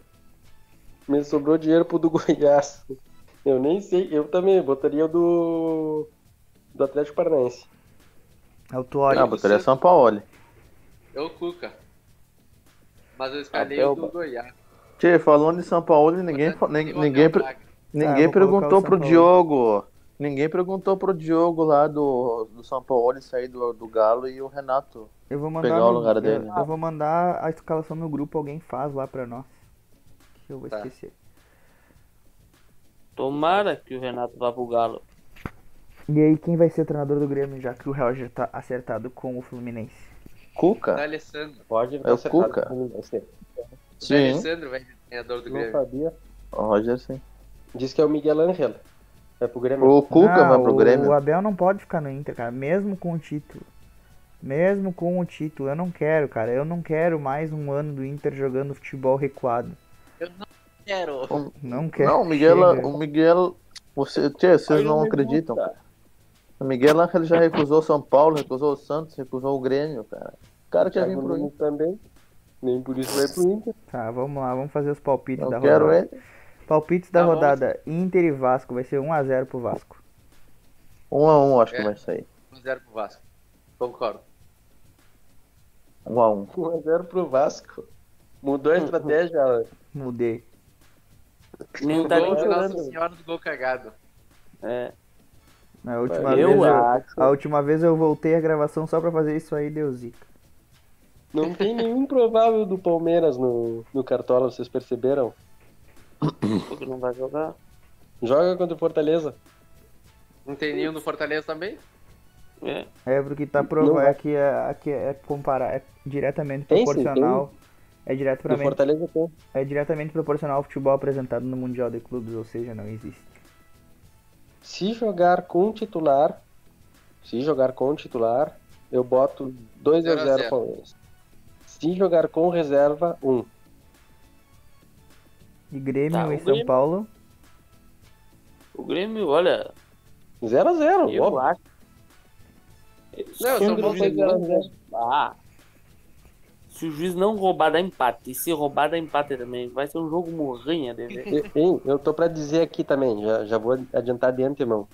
Me sobrou dinheiro pro do Goiás. Eu nem sei, eu também botaria o do do Atlético Paranaense.
É o Tuori.
Ah, botaria São Paulo.
É o Cuca. Mas eu escalei
Abel
o do
Ba-
Goiás.
Tchê, falando de São Paulo, ninguém, fa- nin- ninguém, pre-
Ah, eu
ninguém
vou colocar
perguntou
o
pro
São Paulo.
Diogo. Ninguém perguntou pro Diogo lá do, do São Paulo sair do, do Galo e o Renato.
Eu vou mandar
Pegar o
no-
lugar
eu-
dele. né?
Eu, vou mandar a escalação no grupo, alguém faz lá pra nós. Que eu vou
Tá.
esquecer.
Tomara que o Renato vá pro Galo.
E aí, quem vai ser o treinador do Grêmio, já que o Real já tá acertado com o Fluminense?
Da É,
Cuca?
tá, Alessandro.
Pode
É o Cuca?
Da
Sim. é
Alessandro vai ser treinador do
Não
Grêmio.
sabia.
O Roger sim.
Diz que é o Miguel Angel. Vai pro Grêmio.
assim. O Cuca
Não,
vai pro Grêmio.
Ah, O Abel não pode ficar no Inter, cara, mesmo com o título. Mesmo com o título, eu não quero, cara. Eu não quero mais um ano do Inter jogando futebol recuado.
Quero.
Não quero.
Não, o Miguel, um
Chega.
o Miguel, você, tchê, vocês não acreditam. cara. O Miguel Ángel já recusou São Paulo, recusou o Santos, recusou o Grêmio, cara. O cara quer vir
Thiago
pro
Nunes
Inter.
também. Nem por isso vai pro Inter.
Tá, vamos lá, vamos fazer os palpites da
Eu
rodada.
quero ele.
Palpites da
Tá bom.
rodada: Inter e Vasco. Vai ser 1x0 pro Vasco.
Um a um, acho
É.
que vai sair.
1x0 pro Vasco. Concordo.
Um a um.
1x0 pro Vasco. Mudou a estratégia, Alan.
Mudei.
Nem
O
tá
gol
nem
de
jogando.
Nossa Senhora do Gol Cagado.
É,
A última,
Eu
vez
acho.
eu, a última vez eu voltei a gravação só pra fazer isso aí, deu zica.
Não tem nenhum provável do Palmeiras no, no Cartola, vocês perceberam?
porque não vai jogar.
Joga contra o Fortaleza.
Não tem nenhum do Fortaleza também?
É.
É porque tá
Não
provado
vai.
é que é, que é comparar, é diretamente
Tem sim,
proporcional. É
Do
diretamente,
Fortaleza tem.
é diretamente proporcional ao futebol apresentado no Mundial de Clubes, ou seja, não existe.
Se jogar com titular, se jogar com titular, eu boto 2 a
Zero a
0
zero.
Palmeiras. Se jogar com reserva, 1.
E Grêmio
Tá,
e
o
São
Grêmio-
Paulo,
O Grêmio, olha,
0 a
Tá
0,
eu
óbvio.
acho.
Não, eu só
Sempre
vou
vai
fazer.
0 a 0.
Ah, se o juiz não roubar, dá empate. E se roubar, dá empate também. Vai ser um jogo morrinha de ver.
E- hein, eu tô pra dizer aqui também, já, já vou adiantar de antemão.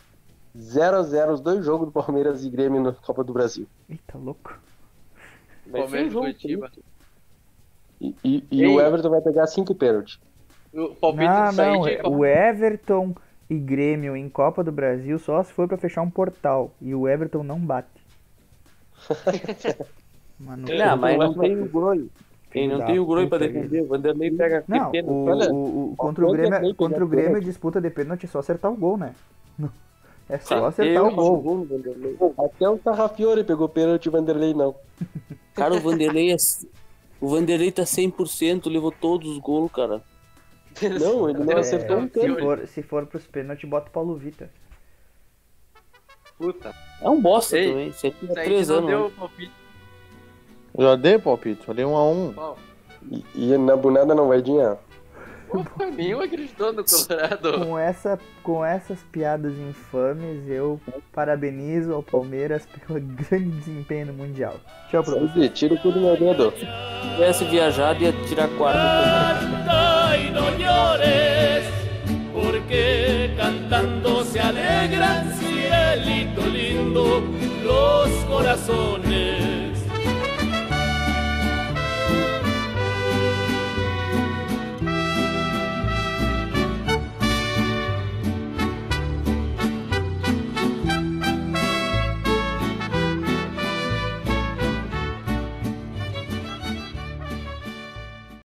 0 a 0 os dois jogos do Palmeiras e Grêmio na Copa do Brasil.
eita louco.
Vai ser um
Palmeiras e
jogo
Curitiba.
E, e- e o
Ei.
Everton vai pegar 5 pênaltis.
O palpite
Não,
disso aí
não,
de
é- o Everton e Grêmio em Copa do Brasil só se for pra fechar um portal e o Everton não bate. Mano,
Não, mas não
Não
tem o Groi. Quem não tem o Groi pra
Puta vida.
defender, o Vanderlei pega
Não,
pepino.
o,
olha, é
o- o- contra o
Palmeiras
Grêmio, é,
também
contra o
pegou
Grêmio
pênalti.
disputa de pênalti é só acertar o gol, né? Não. É só
Ah,
acertar
eu
o gol.
Até o Carrafiore pegou pênalti, o Vanderlei não.
Cara, o Vanderlei é... O Vanderlei tá 100%, levou todos os gols, cara.
Não, ele não
É,
acertou um
se,
pênalti.
for, se for pros pênaltis, bota o Paulo Vitor.
puta.
É um bosta
Ei,
também. Isso
Isso
aqui é
aí que
três
não
anos.
deu
né?
o palpite.
Já dei palpite, falei um a um.
Bom,
E, e na bunada não vai dinheiro.
o nenhum acreditou no Colorado.
Com, essa, com essas piadas infames, eu parabenizo ao Palmeiras pelo grande desempenho no Mundial. Tchau, professor.
Sabe, Tira o cu do meu dedo.
Se tivesse viajado, ia tirar quarto.
y no llores, porque cantando se alegran, cielito lindo, los corazones.